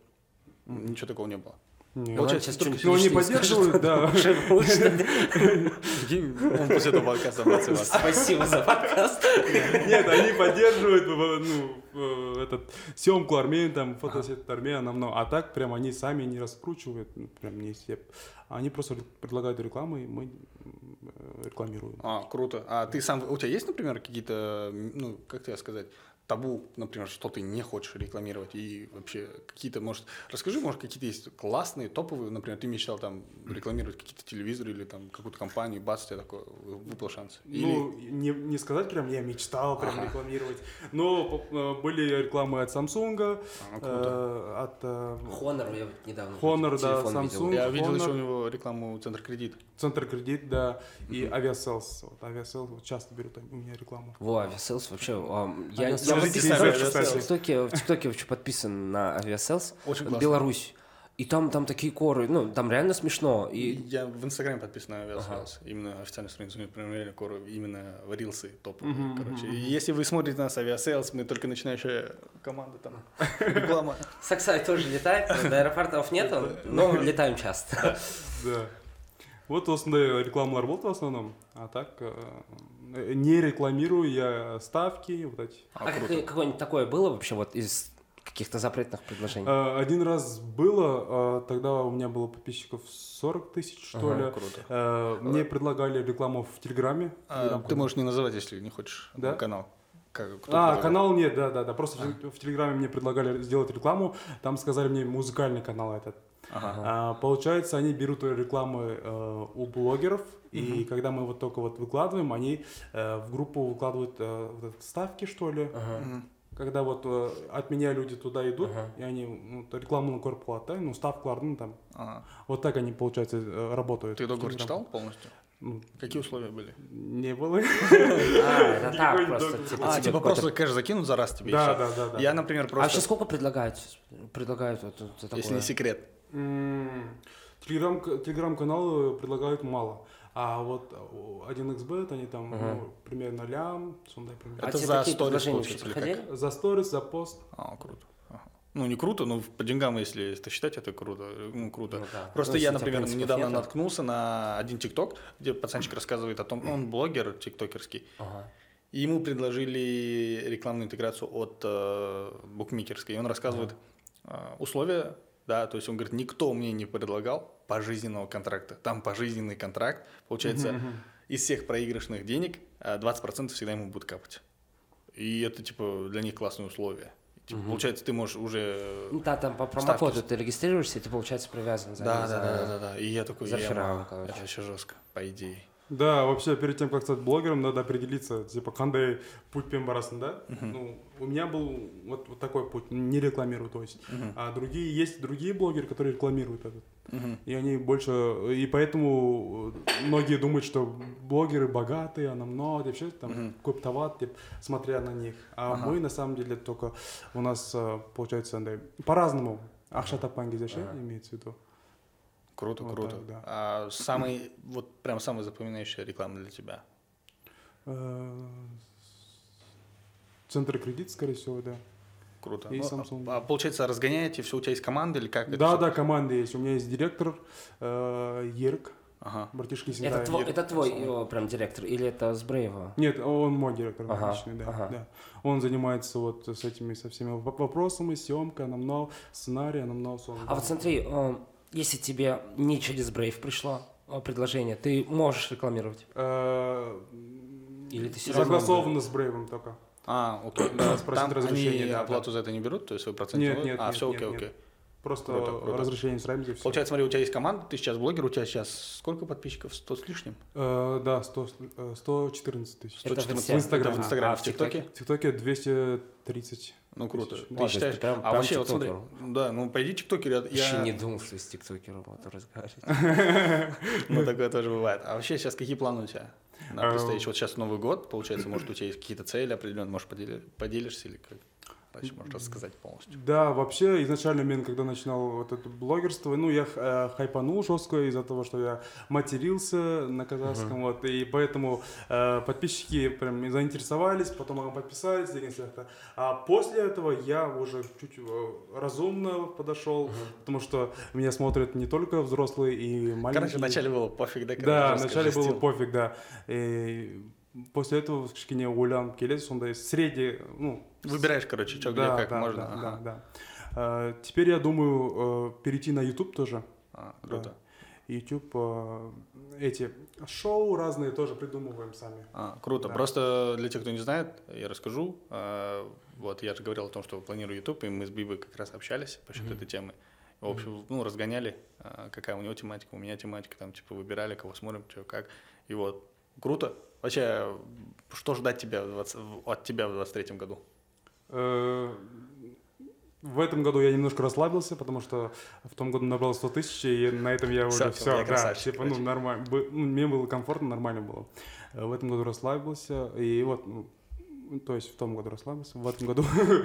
Speaker 1: Ничего такого не было.
Speaker 3: Нет.
Speaker 2: Ну, ладно,
Speaker 1: Получается,
Speaker 2: сейчас
Speaker 1: только-
Speaker 2: что-нибудь
Speaker 3: Ну, они
Speaker 2: лишнее скажет.
Speaker 3: поддерживают, да.
Speaker 1: Он после этого подкаста обратил вас.
Speaker 2: Спасибо за подкаст.
Speaker 3: Нет, они поддерживают э, ну, э, этот съемку Армении, там, фотосет Армения, нам, ну, а так прям они сами не раскручивают, ну, прям не все. Они просто предлагают рекламу, и мы м, э, рекламируем.
Speaker 1: А, круто. А ты сам, у тебя есть, например, какие-то, ну, как тебе сказать, табу, например, что ты не хочешь рекламировать и вообще какие-то, может, расскажи, может, какие-то есть классные, топовые, например, ты мечтал там рекламировать какие-то телевизоры или там какую-то компанию, бац, тебе такой выпал шанс. Или...
Speaker 3: Ну, не, не сказать прям, я мечтал прям
Speaker 1: Ага.
Speaker 3: рекламировать, но э, были рекламы от Samsung, э,
Speaker 1: А, круто.
Speaker 3: от э,
Speaker 2: Хонор я вот недавно
Speaker 3: Honor, да,
Speaker 2: телефон видел.
Speaker 3: Samsung.
Speaker 1: Я видел
Speaker 3: Honor.
Speaker 1: еще у него рекламу «Центр кредит».
Speaker 3: Центр Кредит, да, и Aviasales. Вот Aviasales вот часто берут у меня рекламу.
Speaker 2: Во, авиаселс вообще. эм, я,
Speaker 1: Авиаселс.
Speaker 2: я
Speaker 1: Слушайте,
Speaker 2: подписан,
Speaker 1: кстати,
Speaker 2: короче, в
Speaker 1: авиаселс.
Speaker 2: ТикТоке, в ТикТоке вообще подписан на авиаселс.
Speaker 1: Очень
Speaker 2: Вот
Speaker 1: классно.
Speaker 2: Беларусь. И там, там такие коры, ну, там реально смешно. И
Speaker 1: Я в Инстаграме подписан на Aviasales. Именно официальную страницу мы проверяли кору, именно в рилсы топовые, короче. И если вы смотрите нас, Aviasales, мы только начинающая команда там. Реклама.
Speaker 2: Саксай тоже летает, до аэропортов нету, но летаем часто.
Speaker 3: Да. Вот осындай рекламалар болды в основном. А так э, не рекламирую я ставки, вот эти.
Speaker 2: А как- какое-нибудь такое было вообще вот из каких-то запретных предложений?
Speaker 3: Э, Один раз было, э, тогда у меня было подписчиков 40 тысяч, что
Speaker 2: Ага,
Speaker 3: ли. Э, Мне предлагали рекламу в Телеграме.
Speaker 1: А,
Speaker 3: Телеграм-канал.
Speaker 1: Ты можешь не называть, если не хочешь
Speaker 3: Да?
Speaker 1: канал. Как- кто
Speaker 3: А,
Speaker 1: предлагал?
Speaker 3: канал нет, да, да, да. Просто в
Speaker 1: А.
Speaker 3: Тел- в Телеграме мне предлагали сделать рекламу. Там сказали мне музыкальный канал этот. А, получается, они берут рекламы э, у блогеров, и когда мы вот только вот выкладываем, они э, в группу выкладывают э, вот этот ставки, что ли.
Speaker 2: А.
Speaker 3: Когда вот э, от меня люди туда идут, и они ну, вот рекламу на да, ну, ставку там.
Speaker 1: Ага.
Speaker 3: Вот так они, получается, э,
Speaker 1: А,
Speaker 3: работают.
Speaker 1: Ты
Speaker 3: в
Speaker 1: договор
Speaker 3: Телеграм.
Speaker 1: читал полностью?
Speaker 3: Ну,
Speaker 1: Какие условия были?
Speaker 3: Не было.
Speaker 2: А, это так
Speaker 3: Какой-нибудь
Speaker 2: просто.
Speaker 3: договор.
Speaker 2: типа,
Speaker 1: А,
Speaker 2: тебе
Speaker 1: типа
Speaker 2: какой-то-
Speaker 1: просто кэш закинут за раз тебе. и
Speaker 3: Да,
Speaker 1: всё.
Speaker 3: да, да, да.
Speaker 1: Я, например,
Speaker 2: А вообще
Speaker 1: просто,
Speaker 2: сколько предлагают? Предлагают вот это такое?
Speaker 1: если не секрет,
Speaker 3: М, Телеграм, телеграм-каналы предлагают мало. А вот о, 1xbet, они там ну, примерно лям, сондай примерно.
Speaker 2: А
Speaker 1: это
Speaker 2: тебе
Speaker 1: за
Speaker 2: такие
Speaker 1: сторис
Speaker 2: предложения
Speaker 1: получится
Speaker 2: вообще
Speaker 1: или как?
Speaker 2: приходили?
Speaker 3: За сторис, за пост.
Speaker 1: А, круто. Ага. Ну, не круто, но по деньгам, если это считать, это круто. Ну, круто.
Speaker 2: Ну да.
Speaker 1: Просто
Speaker 2: Ну, если
Speaker 1: я,
Speaker 2: у тебя
Speaker 1: например,
Speaker 2: принципов
Speaker 1: недавно
Speaker 2: нету.
Speaker 1: наткнулся на один ТикТок, где пацанчик рассказывает о том, он блогер тиктокерский,
Speaker 2: Ага.
Speaker 1: и ему предложили рекламную интеграцию от э, букмекерской. И он рассказывает э, условия, да, то есть он говорит, никто мне не предлагал пожизненного контракта. Там пожизненный контракт, получается, из всех проигрышных денег а, 20% всегда ему будут капать. И это, типа, для них классные условия. Типа, Получается, ты можешь уже...
Speaker 2: Ну, да, там по промокоду ты регистрируешься, и ты, получается, привязан за
Speaker 1: Да, да, да, да, да. И я такой,
Speaker 2: за
Speaker 1: я
Speaker 2: фирау,
Speaker 1: мама.
Speaker 2: короче.
Speaker 1: это вообще жестко, по идее.
Speaker 3: Да, вообще, перед тем, как стать блогером, надо определиться, типа, кандай путь пембарасн, да? Ну, у меня был вот, вот такой путь, не рекламирую, то есть. А другие, есть другие блогеры, которые рекламируют этот. И они больше, и поэтому э, многие думают, что блогеры богатые, а она много, вообще там көптават деп, смотря на них. А мы, на самом деле, только у нас, э, получается, андай, по-разному. А Ақша тапқан кезде ше, имеется в виду.
Speaker 1: Круто,
Speaker 3: Вот
Speaker 1: круто.
Speaker 3: так, да.
Speaker 1: А самый, вот прям самая запоминающая реклама для тебя?
Speaker 3: Э, Центр кредит, скорее всего, да.
Speaker 1: Круто.
Speaker 3: И
Speaker 1: Ну,
Speaker 3: Samsung.
Speaker 1: а, а, получается, разгоняете, все, у тебя есть команда или как? это
Speaker 3: Да,
Speaker 1: всё?
Speaker 3: да, команда есть. У меня есть директор э, Ерк,
Speaker 1: Ага.
Speaker 3: братишки
Speaker 2: Это,
Speaker 3: всегда.
Speaker 2: тво- это твой э, прям директор, или это с Брейва?
Speaker 3: Нет, он мой директор
Speaker 2: Ага,
Speaker 3: личный, да,
Speaker 2: ага.
Speaker 3: да. Он занимается вот с этими со всеми воп- вопросами, съемкой, анамнал, сценарий, анамнал, сон.
Speaker 2: А вот смотри, э, если тебе не через Брейв пришло э, предложение, ты можешь рекламировать?
Speaker 3: Э,
Speaker 2: Или ты серьезно?
Speaker 3: Согласовано с Брейвом только.
Speaker 1: А, окей.
Speaker 3: Да,
Speaker 1: Да,
Speaker 3: спросить
Speaker 1: там
Speaker 3: разрешение,
Speaker 1: они
Speaker 3: да, да.
Speaker 1: оплату за это не берут, то есть вы процент
Speaker 3: Нет,
Speaker 1: не вы-
Speaker 3: нет,
Speaker 1: А,
Speaker 3: нет,
Speaker 1: все,
Speaker 3: нет,
Speaker 1: окей,
Speaker 3: нет.
Speaker 1: окей.
Speaker 3: Просто
Speaker 1: Круто, круто.
Speaker 3: разрешение с Раймзи. всё.
Speaker 1: Получается, смотри, у тебя есть команда, ты сейчас блогер, у тебя сейчас сколько подписчиков? 100 с лишним?
Speaker 3: Э, да, 100, э, 114 тысяч.
Speaker 2: Это в
Speaker 1: 114.
Speaker 2: Инсте-
Speaker 1: в Инстаграме,
Speaker 3: А,
Speaker 1: в Инстаграме,
Speaker 2: а,
Speaker 1: в
Speaker 2: в
Speaker 1: ТикТоке?
Speaker 3: В ТикТоке 230.
Speaker 1: Ну, круто.
Speaker 3: Тысяч.
Speaker 1: Ты
Speaker 2: Ладно,
Speaker 1: считаешь...
Speaker 2: ты прям-
Speaker 1: а
Speaker 2: прям
Speaker 1: вообще, вот смотри,
Speaker 2: тиктокер.
Speaker 1: да, ну, пойди тиктокер, я-
Speaker 2: Вообще
Speaker 1: я...
Speaker 2: не думал, что с тиктокером буду разговаривать.
Speaker 1: Ну, такое тоже бывает. А вообще сейчас какие планы у тебя? На
Speaker 3: А,
Speaker 1: предстоящий, вот сейчас Новый год, получается, может, у тебя есть какие-то цели определенные, может, подели- поделишься или как? Вообще, можешь рассказать полностью.
Speaker 3: Да, вообще, изначально, мен, когда начинал вот это блогерство, ну, я э, хайпанул жестко из-за того, что я матерился на казахском, вот, и поэтому э, подписчики прям и заинтересовались, потом маған подписались, деген сияқты. А после этого я уже чуть э, разумно подошел, потому что меня смотрят не только взрослые и маленькие.
Speaker 1: Короче, вначале было пофиг, да?
Speaker 3: Да,
Speaker 1: короче,
Speaker 3: вначале
Speaker 1: жестко
Speaker 3: было
Speaker 1: жестил.
Speaker 3: пофиг, да. И после этого кішкене ойланып келеді сондай средний, ну,
Speaker 1: Выбираешь, короче, что, где, как можно.
Speaker 3: да,
Speaker 1: Ага.
Speaker 3: да, да. Э, Теперь я думаю э, перейти на YouTube тоже.
Speaker 1: А, круто.
Speaker 3: YouTube э, эти шоу разные тоже придумываем сами.
Speaker 1: А, круто.
Speaker 3: Да.
Speaker 1: Просто для тех, кто не знает, я расскажу. А, Вот я же говорил о том, что планирую YouTube, и мы с Бибой как раз общались по счету этой темы. В общем, ну, разгоняли, а, какая у него тематика, у меня тематика, там, типа, выбирали, кого смотрим, что, как. И вот, круто. Вообще, что ждать тебя в 20 в- от тебя в 23 году?
Speaker 3: Э, В этом году я немножко расслабился, потому что в том году набрал 100 тысяч, и на этом
Speaker 1: Всё,
Speaker 3: я уже
Speaker 1: ты
Speaker 3: все, да,
Speaker 1: красавчик,
Speaker 3: типа, ну,
Speaker 1: короче.
Speaker 3: нормально, бы- ну, мне было комфортно, нормально было. Э, В этом году расслабился, и вот, ну, то есть в том году расслабился, в этом году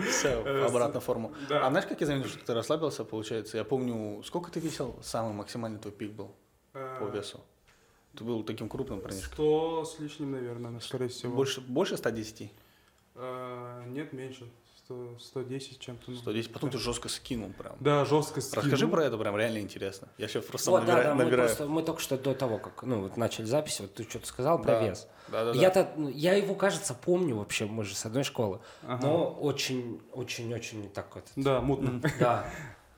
Speaker 1: Все,
Speaker 3: Э, с-
Speaker 1: обратно в форму.
Speaker 3: да.
Speaker 1: А знаешь, как я заметил, что ты расслабился, получается? Я помню, сколько ты весил? Самый максимальный твой пик был по
Speaker 3: э,
Speaker 1: весу. Ты был таким крупным парнишком.
Speaker 3: 100 Э, с лишним, наверное, скорее всего.
Speaker 1: Больше, больше 110?
Speaker 3: Э, Нет, меньше. 100, 110 чем-то. ну.
Speaker 1: 110. Потом ты жестко скинул прям.
Speaker 3: Да, жестко скинул.
Speaker 1: Расскажи про это, прям реально интересно. Я сейчас просто
Speaker 2: Вот, да,
Speaker 1: набира-
Speaker 2: да, мы,
Speaker 1: набираю.
Speaker 2: просто, мы только что до того, как ну, вот начали запись, вот ты что-то сказал про
Speaker 1: Да,
Speaker 2: вес.
Speaker 1: да, да, да.
Speaker 2: Я-то, ну, я его, кажется, помню вообще, мы же с одной школы,
Speaker 3: Ага.
Speaker 1: Ну,
Speaker 2: но очень-очень-очень так вот.
Speaker 3: Да, мутно.
Speaker 2: Да.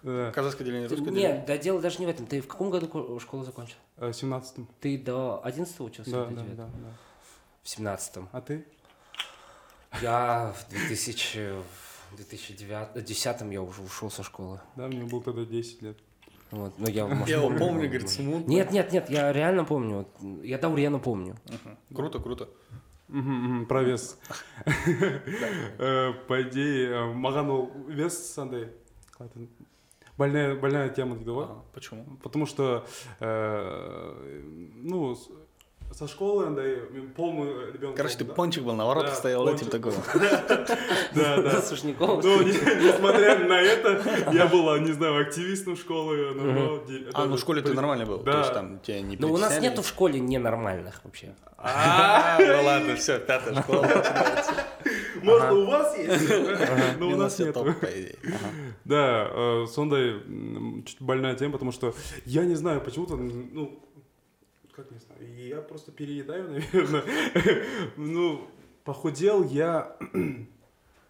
Speaker 3: Да.
Speaker 1: Казахское отделение, русское отделение?
Speaker 2: Нет, да дело даже не в этом. Ты в каком году ко- школу закончил?
Speaker 3: Э, 17-м.
Speaker 2: Ты до 11 учился?
Speaker 3: Да,
Speaker 2: до
Speaker 3: да,
Speaker 2: 9?
Speaker 3: да, да.
Speaker 2: В 17
Speaker 3: А ты?
Speaker 2: Я в 2000... В 2009, 10 я уже ушел со школы.
Speaker 3: Да, мне было тогда 10 лет.
Speaker 2: Вот, но я, может,
Speaker 1: Я его
Speaker 2: помню,
Speaker 1: помню,
Speaker 2: может,
Speaker 1: говорит,
Speaker 2: может.
Speaker 1: смутно.
Speaker 2: Нет, нет, нет, я реально помню. Вот, Я Даурена помню.
Speaker 1: Мгм. Круто, круто.
Speaker 3: Мгм, мгм, Про вес. Э, По идее, э, маған ол вес андай қалай айтатын? больная больная тема дейді ғой.
Speaker 1: А, почему?
Speaker 3: Потому что, э, ну, с- со школы андай мен полный ребенок.
Speaker 1: Короче, ты пончик был, на воротах
Speaker 3: Да,
Speaker 1: стоял этим
Speaker 3: пончик.
Speaker 1: такой.
Speaker 3: Да, да.
Speaker 2: Сушников.
Speaker 3: Ну, не- несмотря на это, я был, не знаю, активистом школы. ну, но де-
Speaker 1: А, ну в
Speaker 3: даже
Speaker 1: школе ты
Speaker 3: при-
Speaker 1: нормально был?
Speaker 3: Да.
Speaker 1: То есть там тебя не
Speaker 2: Но Ну, у нас
Speaker 1: притесняли?
Speaker 2: нету в школе ненормальных вообще.
Speaker 1: А, ну ладно, все, пятая школа.
Speaker 3: Можно у вас есть, но
Speaker 1: И
Speaker 3: Ну, у нас
Speaker 1: всё
Speaker 3: нет.
Speaker 1: топ, по идее.
Speaker 3: Да, э, сондай м, чуть больная тема, потому что я не знаю, почему-то, м, ну, как не знаю, я просто переедаю, наверное. Ну, похудел я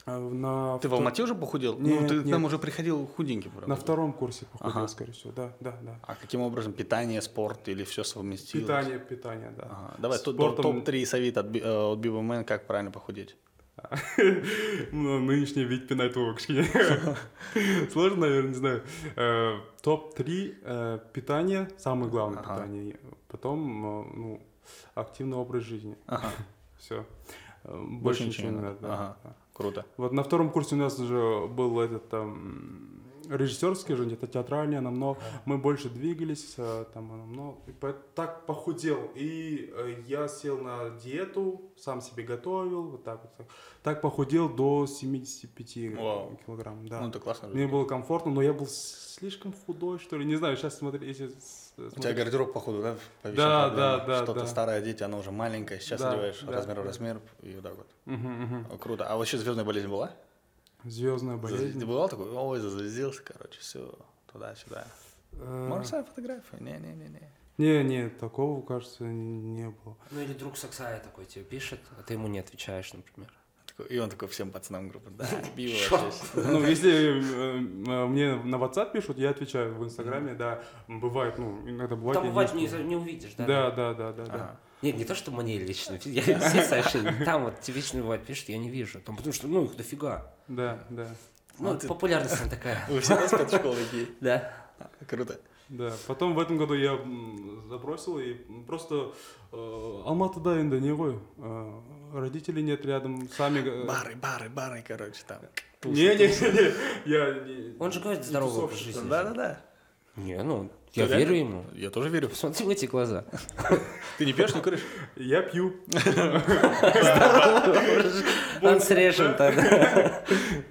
Speaker 3: А На
Speaker 1: Ты в
Speaker 3: втор-
Speaker 1: Алмате уже похудел?
Speaker 3: Нет,
Speaker 1: ну, ты к
Speaker 3: нет.
Speaker 1: нам уже приходил худенький. правда.
Speaker 3: На втором курсе похудел,
Speaker 1: Ага.
Speaker 3: скорее всего. Да, да, да.
Speaker 1: А каким образом? Питание, спорт или все совместилось?
Speaker 3: Питание, питание, да.
Speaker 1: Ага. Давай, тут
Speaker 3: Спортом-
Speaker 1: топ-3 совет от, Би- э, от Бибомен, как правильно похудеть.
Speaker 3: Ну, Нынешний вид пинает окошки. Сложно, наверное, не знаю. Э, Топ-3 э, питание, самое главное
Speaker 1: Ага.
Speaker 3: питание. Потом, э, ну, активный образ жизни.
Speaker 1: Ага,
Speaker 3: Все. Больше
Speaker 1: ничего
Speaker 3: ничего
Speaker 1: не
Speaker 3: не
Speaker 1: надо.
Speaker 3: надо. да. Да.
Speaker 1: круто.
Speaker 3: Вот на втором курсе у нас уже был этот там режиссерский же, это театральное, нам, но мы больше двигались, э, там, нам, но и по- так похудел. И э, я сел на диету, сам себе готовил, вот так вот. Так похудел до 75
Speaker 1: Вау.
Speaker 3: килограмм, да.
Speaker 1: Ну, это классно. же.
Speaker 3: Мне было комфортно, но я был с- слишком худой, что ли. Не знаю, сейчас смотри, если... с-
Speaker 1: У тебя
Speaker 3: смотреть-
Speaker 1: гардероб, походу, да? по вещам
Speaker 3: Да,
Speaker 1: проблема?
Speaker 3: да, да,
Speaker 1: Что-то
Speaker 3: да.
Speaker 1: старое одеть, оно уже маленькое, сейчас
Speaker 3: Да,
Speaker 1: одеваешь
Speaker 3: да,
Speaker 1: размер в
Speaker 3: да.
Speaker 1: размер, и вот так вот.
Speaker 3: Мгм, мгм.
Speaker 1: О, круто. А вообще звездная болезнь была?
Speaker 3: Звездная болезнь.
Speaker 1: Ты бывал такой, ой, зазвездился, короче, все, туда-сюда.
Speaker 3: Э,
Speaker 1: Можно свою фотографию? Не-не-не-не.
Speaker 3: Не, не, такого, кажется, не было.
Speaker 2: Ну или друг Саксая такой тебе пишет, а ты ему не отвечаешь, например.
Speaker 1: Такой- И он такой всем пацанам группы, да, пиво
Speaker 2: Чёрт.
Speaker 1: вообще.
Speaker 3: Ну, если э, э, мне на WhatsApp пишут, я отвечаю в Инстаграме, да. Бывает, ну, иногда бывает.
Speaker 2: Там
Speaker 3: я
Speaker 2: бывает не,
Speaker 3: успеваю.
Speaker 2: не увидишь, да?
Speaker 3: Да, да, да, да, да.
Speaker 1: Ага.
Speaker 2: Нет, не то, что мне лично, я все сообщения. Там вот типично бывает пишут, я не вижу. Там, потому что, ну, их дофига.
Speaker 3: Да, да,
Speaker 2: Ну,
Speaker 1: А ты-
Speaker 2: популярность она такая.
Speaker 1: Вы всегда спецшколы
Speaker 2: Да.
Speaker 1: Круто.
Speaker 3: да. Потом в этом году я м, забросил и просто э, Алматыда енді не ғой э, родителей нет рядом, сами... э,
Speaker 1: Бары, бары, бары, короче, там.
Speaker 3: Не, не, не, я не-
Speaker 2: Он же говорит
Speaker 1: Ну,
Speaker 3: не
Speaker 2: здоровый образ
Speaker 3: тусовщик.
Speaker 2: жизни.
Speaker 1: Да-да-да.
Speaker 2: Не, ну, я
Speaker 1: Ты
Speaker 2: верю
Speaker 1: реально-
Speaker 2: ему.
Speaker 1: Я тоже верю.
Speaker 2: Посмотри в эти глаза.
Speaker 1: Ты не пьешь, не куришь?
Speaker 3: Я пью.
Speaker 2: Он срежем тогда.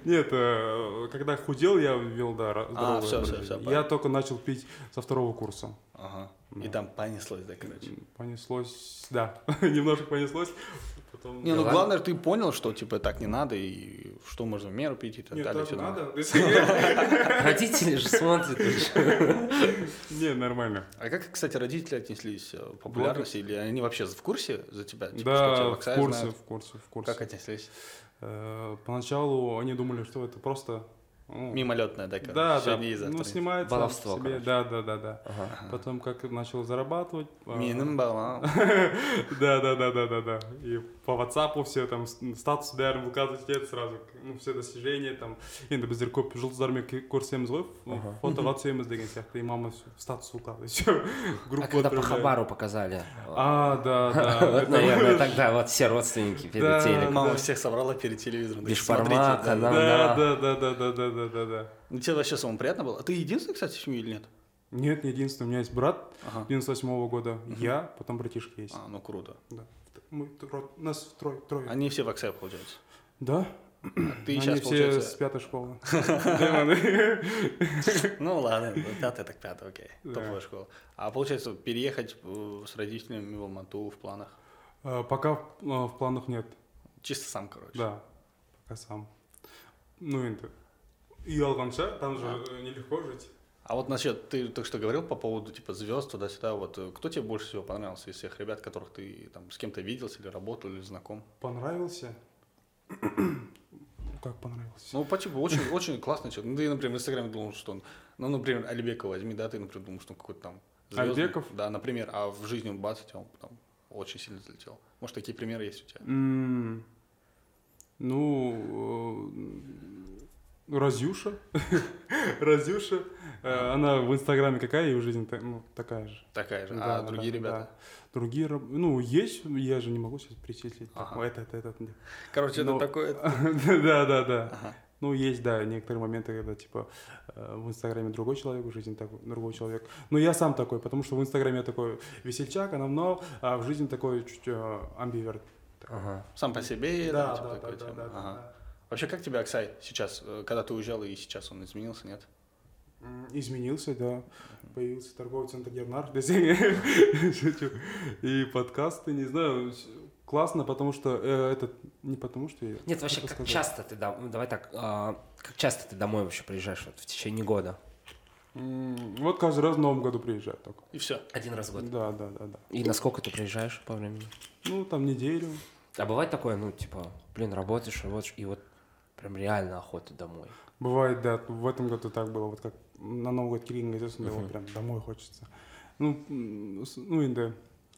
Speaker 3: Нет, э, когда худел, я вел, да, ра- здоровый
Speaker 1: всё,
Speaker 3: образ
Speaker 1: всё,
Speaker 3: жизни.
Speaker 1: всё,
Speaker 3: Я
Speaker 1: понятно.
Speaker 3: только начал пить со второго курса.
Speaker 1: Ага. И там понеслось, да, короче.
Speaker 3: Понеслось, да, немножко понеслось. Потом...
Speaker 1: Не, ну
Speaker 2: ладно.
Speaker 1: главное, ты понял, что типа так не надо, и что можно в меру пить и так
Speaker 3: Не,
Speaker 1: далее.
Speaker 3: так
Speaker 1: всё
Speaker 3: надо.
Speaker 1: нормально.
Speaker 2: Родители же смотрят. уже.
Speaker 3: Не, нормально.
Speaker 1: А как, кстати, родители отнеслись э, к популярности? Или они вообще в курсе за тебя? Типа, что тебя
Speaker 3: Да, в
Speaker 1: Баксай
Speaker 3: курсе,
Speaker 1: знает?
Speaker 3: в курсе, в
Speaker 1: Как
Speaker 3: курсе.
Speaker 1: отнеслись?
Speaker 3: Э, Поначалу они думали, что это просто... ну,
Speaker 1: Мимолетная, да, короче,
Speaker 3: Да, да,
Speaker 1: сегодня и завтра.
Speaker 3: ну снимает сам
Speaker 2: Баловство,
Speaker 3: себе,
Speaker 2: короче.
Speaker 3: да, да, да, да.
Speaker 2: Ага.
Speaker 3: Потом как начал зарабатывать, э,
Speaker 1: Миним балам.
Speaker 3: да, да, да, да, да, да, и по WhatsApp все там с- статус бәрін выкладывать етеді сразу, ну все достижения там, енді біздер көп жұлдыздармен ке- көрісеміз ғой,
Speaker 2: Ага.
Speaker 3: фотоға түсеміз деген сияқты, и мама всё в статус выкладывает, все,
Speaker 2: А когда по Хабару показали.
Speaker 3: А, да, да.
Speaker 2: Вот,
Speaker 3: это
Speaker 2: наверное,
Speaker 3: было.
Speaker 2: тогда вот все родственники перед
Speaker 3: Да.
Speaker 2: телеком.
Speaker 1: Мама
Speaker 3: Да.
Speaker 1: всех собрала перед телевизором.
Speaker 2: Без
Speaker 1: Такие, смотрите,
Speaker 2: формата,
Speaker 1: да,
Speaker 2: да.
Speaker 1: да.
Speaker 3: Да, да, да, да, да, да, да, да, да.
Speaker 1: Ну, тебе вообще самому приятно было? А ты единственный, кстати, в семье или нет?
Speaker 3: Нет, не единственный. У меня есть брат
Speaker 1: Ага.
Speaker 3: 98 года, я, потом братишка есть.
Speaker 1: А, ну круто.
Speaker 3: Да. Мы тро- нас трое, трое.
Speaker 1: Они все в Аксе, получается.
Speaker 3: Да?
Speaker 1: А Ты
Speaker 3: Они
Speaker 1: сейчас,
Speaker 3: все
Speaker 1: получается...
Speaker 3: с пятой школы. Демоны.
Speaker 1: Ну ладно, ну, пятый так пятый, окей.
Speaker 3: Да.
Speaker 1: Топовая школа. А получается, переехать э, с родителями в Алмату в планах?
Speaker 3: Э, Пока э, в планах нет.
Speaker 1: Чисто сам, короче.
Speaker 3: Да. Пока сам. Ну, это. И алғанша, там же э, нелегко жить.
Speaker 1: А вот насчет, ты только что говорил по поводу типа звезд туда-сюда, вот э, кто тебе больше всего понравился из всех ребят, которых ты там с кем-то виделся или работал, или знаком?
Speaker 3: Понравился? Ну, Как понравился?
Speaker 1: Ну, по типу, очень, очень классный человек. Ну, ты, например, в Инстаграме думал, что он... Ну, например, Алибекова возьми, да, ты, например, думал, что он какой-то там звездный.
Speaker 3: Альбеков?
Speaker 1: Да, например, а в жизни он бац, и он там очень сильно залетел. Может, такие примеры есть у тебя?
Speaker 3: М, Ну, э, Разюша. Разюша. Э, Она в Инстаграме какая, и в жизни та- ну, такая же.
Speaker 1: Такая же. а
Speaker 3: Да,
Speaker 1: другие
Speaker 3: да,
Speaker 1: ребята?
Speaker 3: да. Другие, раб- ну, есть, я же не могу сейчас перечислить.
Speaker 1: Ага.
Speaker 3: Это, это, это. да.
Speaker 1: Короче,
Speaker 3: Ну,
Speaker 1: это такое...
Speaker 3: Да, да, да.
Speaker 1: Ага.
Speaker 3: Ну, есть, да, некоторые моменты, когда, типа, э, в Инстаграме другой человек, в жизни такой, другой человек. Но я сам такой, потому что в Инстаграме я такой весельчак, а но, а в жизни такой чуть э, амбиверт.
Speaker 2: Ага.
Speaker 1: Сам по себе, там,
Speaker 3: Да,
Speaker 1: типа,
Speaker 3: да, да,
Speaker 1: такая
Speaker 3: да,
Speaker 1: тема.
Speaker 3: да,
Speaker 1: Ага.
Speaker 3: да.
Speaker 1: Вообще, как тебе Аксай сейчас, э, когда ты уезжал, и сейчас он изменился, нет?
Speaker 3: М, Изменился, да. Появился торговый центр Гернар. Шучу. И подкасты, не знаю, ну, с- классно, потому что э, это не потому, что я...
Speaker 2: Нет, вообще,
Speaker 3: это
Speaker 2: как
Speaker 3: сказать.
Speaker 2: часто ты дом- ну, Давай так, а, как часто ты домой вообще приезжаешь вот, в течение года?
Speaker 3: М, Вот каждый раз в Новом году приезжаю только.
Speaker 1: И все.
Speaker 2: Один раз в год.
Speaker 3: Да, да, да, да.
Speaker 2: И насколько ты приезжаешь по времени?
Speaker 3: Ну, там неделю.
Speaker 2: А бывает такое, ну, типа, блин, работаешь, работаешь, и вот Прям реально охота домой.
Speaker 3: Бывает, да, в этом году так было, вот как на Новый год Кирин идешь, да, вот прям домой хочется. Ну, м, с- ну енді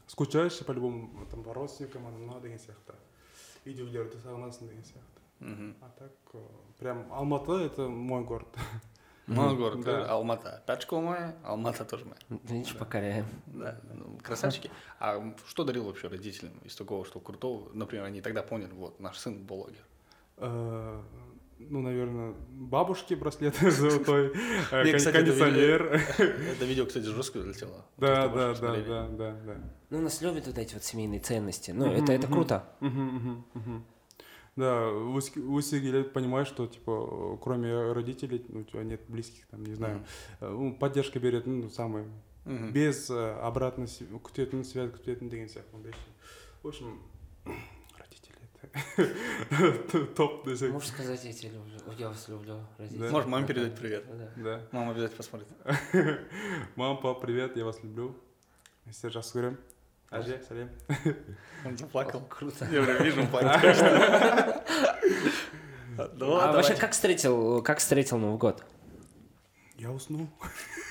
Speaker 3: скучаешь по-любому, там, по родственникам, а анау деген сияқты. Үйде үйлерді сағынасың деген сияқты.
Speaker 1: Мгм.
Speaker 3: А так, э, прям Алматы — это мой город.
Speaker 1: Ну, город,
Speaker 3: Да.
Speaker 1: э, Алмата. Пячка моя, Алмата тоже моя.
Speaker 2: Видишь, покоряем.
Speaker 1: Да, ну, красавчики. А м, что дарил вообще родителям из такого, что крутого? Например, они тогда поняли, вот, наш сын блогер.
Speaker 3: Э, Ну, наверное, бабушки браслеты золотой, э,
Speaker 1: Не,
Speaker 3: кон-
Speaker 1: кстати, это
Speaker 3: кондиционер.
Speaker 1: Это видео, кстати, жестко залетело.
Speaker 3: Да,
Speaker 1: Как ты
Speaker 3: да,
Speaker 1: больше
Speaker 3: да,
Speaker 1: посмотрели?
Speaker 3: да, да, да.
Speaker 2: Ну, нас любят вот эти вот семейные ценности. Ну,
Speaker 3: Мгм,
Speaker 2: это, это
Speaker 3: мгм.
Speaker 2: круто.
Speaker 3: Мгм, мгм, мгм. Да, Уси Уси лет понимаешь, что типа э, кроме родителей ну, у тебя нет близких, там не знаю, Э, ну, поддержка берет, ну самый
Speaker 1: Мгм.
Speaker 3: без э, обратной св- күтетін связь күтетін деген сияқты ондай ше. В общем, родители это топ десек.
Speaker 2: Можешь сказать, я тебя люблю. Я вас люблю, родители.
Speaker 3: Да.
Speaker 1: Можешь маме передать привет.
Speaker 2: Да.
Speaker 3: Да.
Speaker 1: Мама обязательно посмотрит.
Speaker 3: Мам, пап, привет, я вас люблю. Мы сіздерді жақсы көремін. Әже, сәлем.
Speaker 1: Он заплакал.
Speaker 2: Круто.
Speaker 1: Я прям вижу, он плачет. Ну,
Speaker 2: а
Speaker 1: ладно,
Speaker 2: вообще,
Speaker 1: давайте.
Speaker 2: как встретил, как встретил Новый год?
Speaker 3: Я уснул.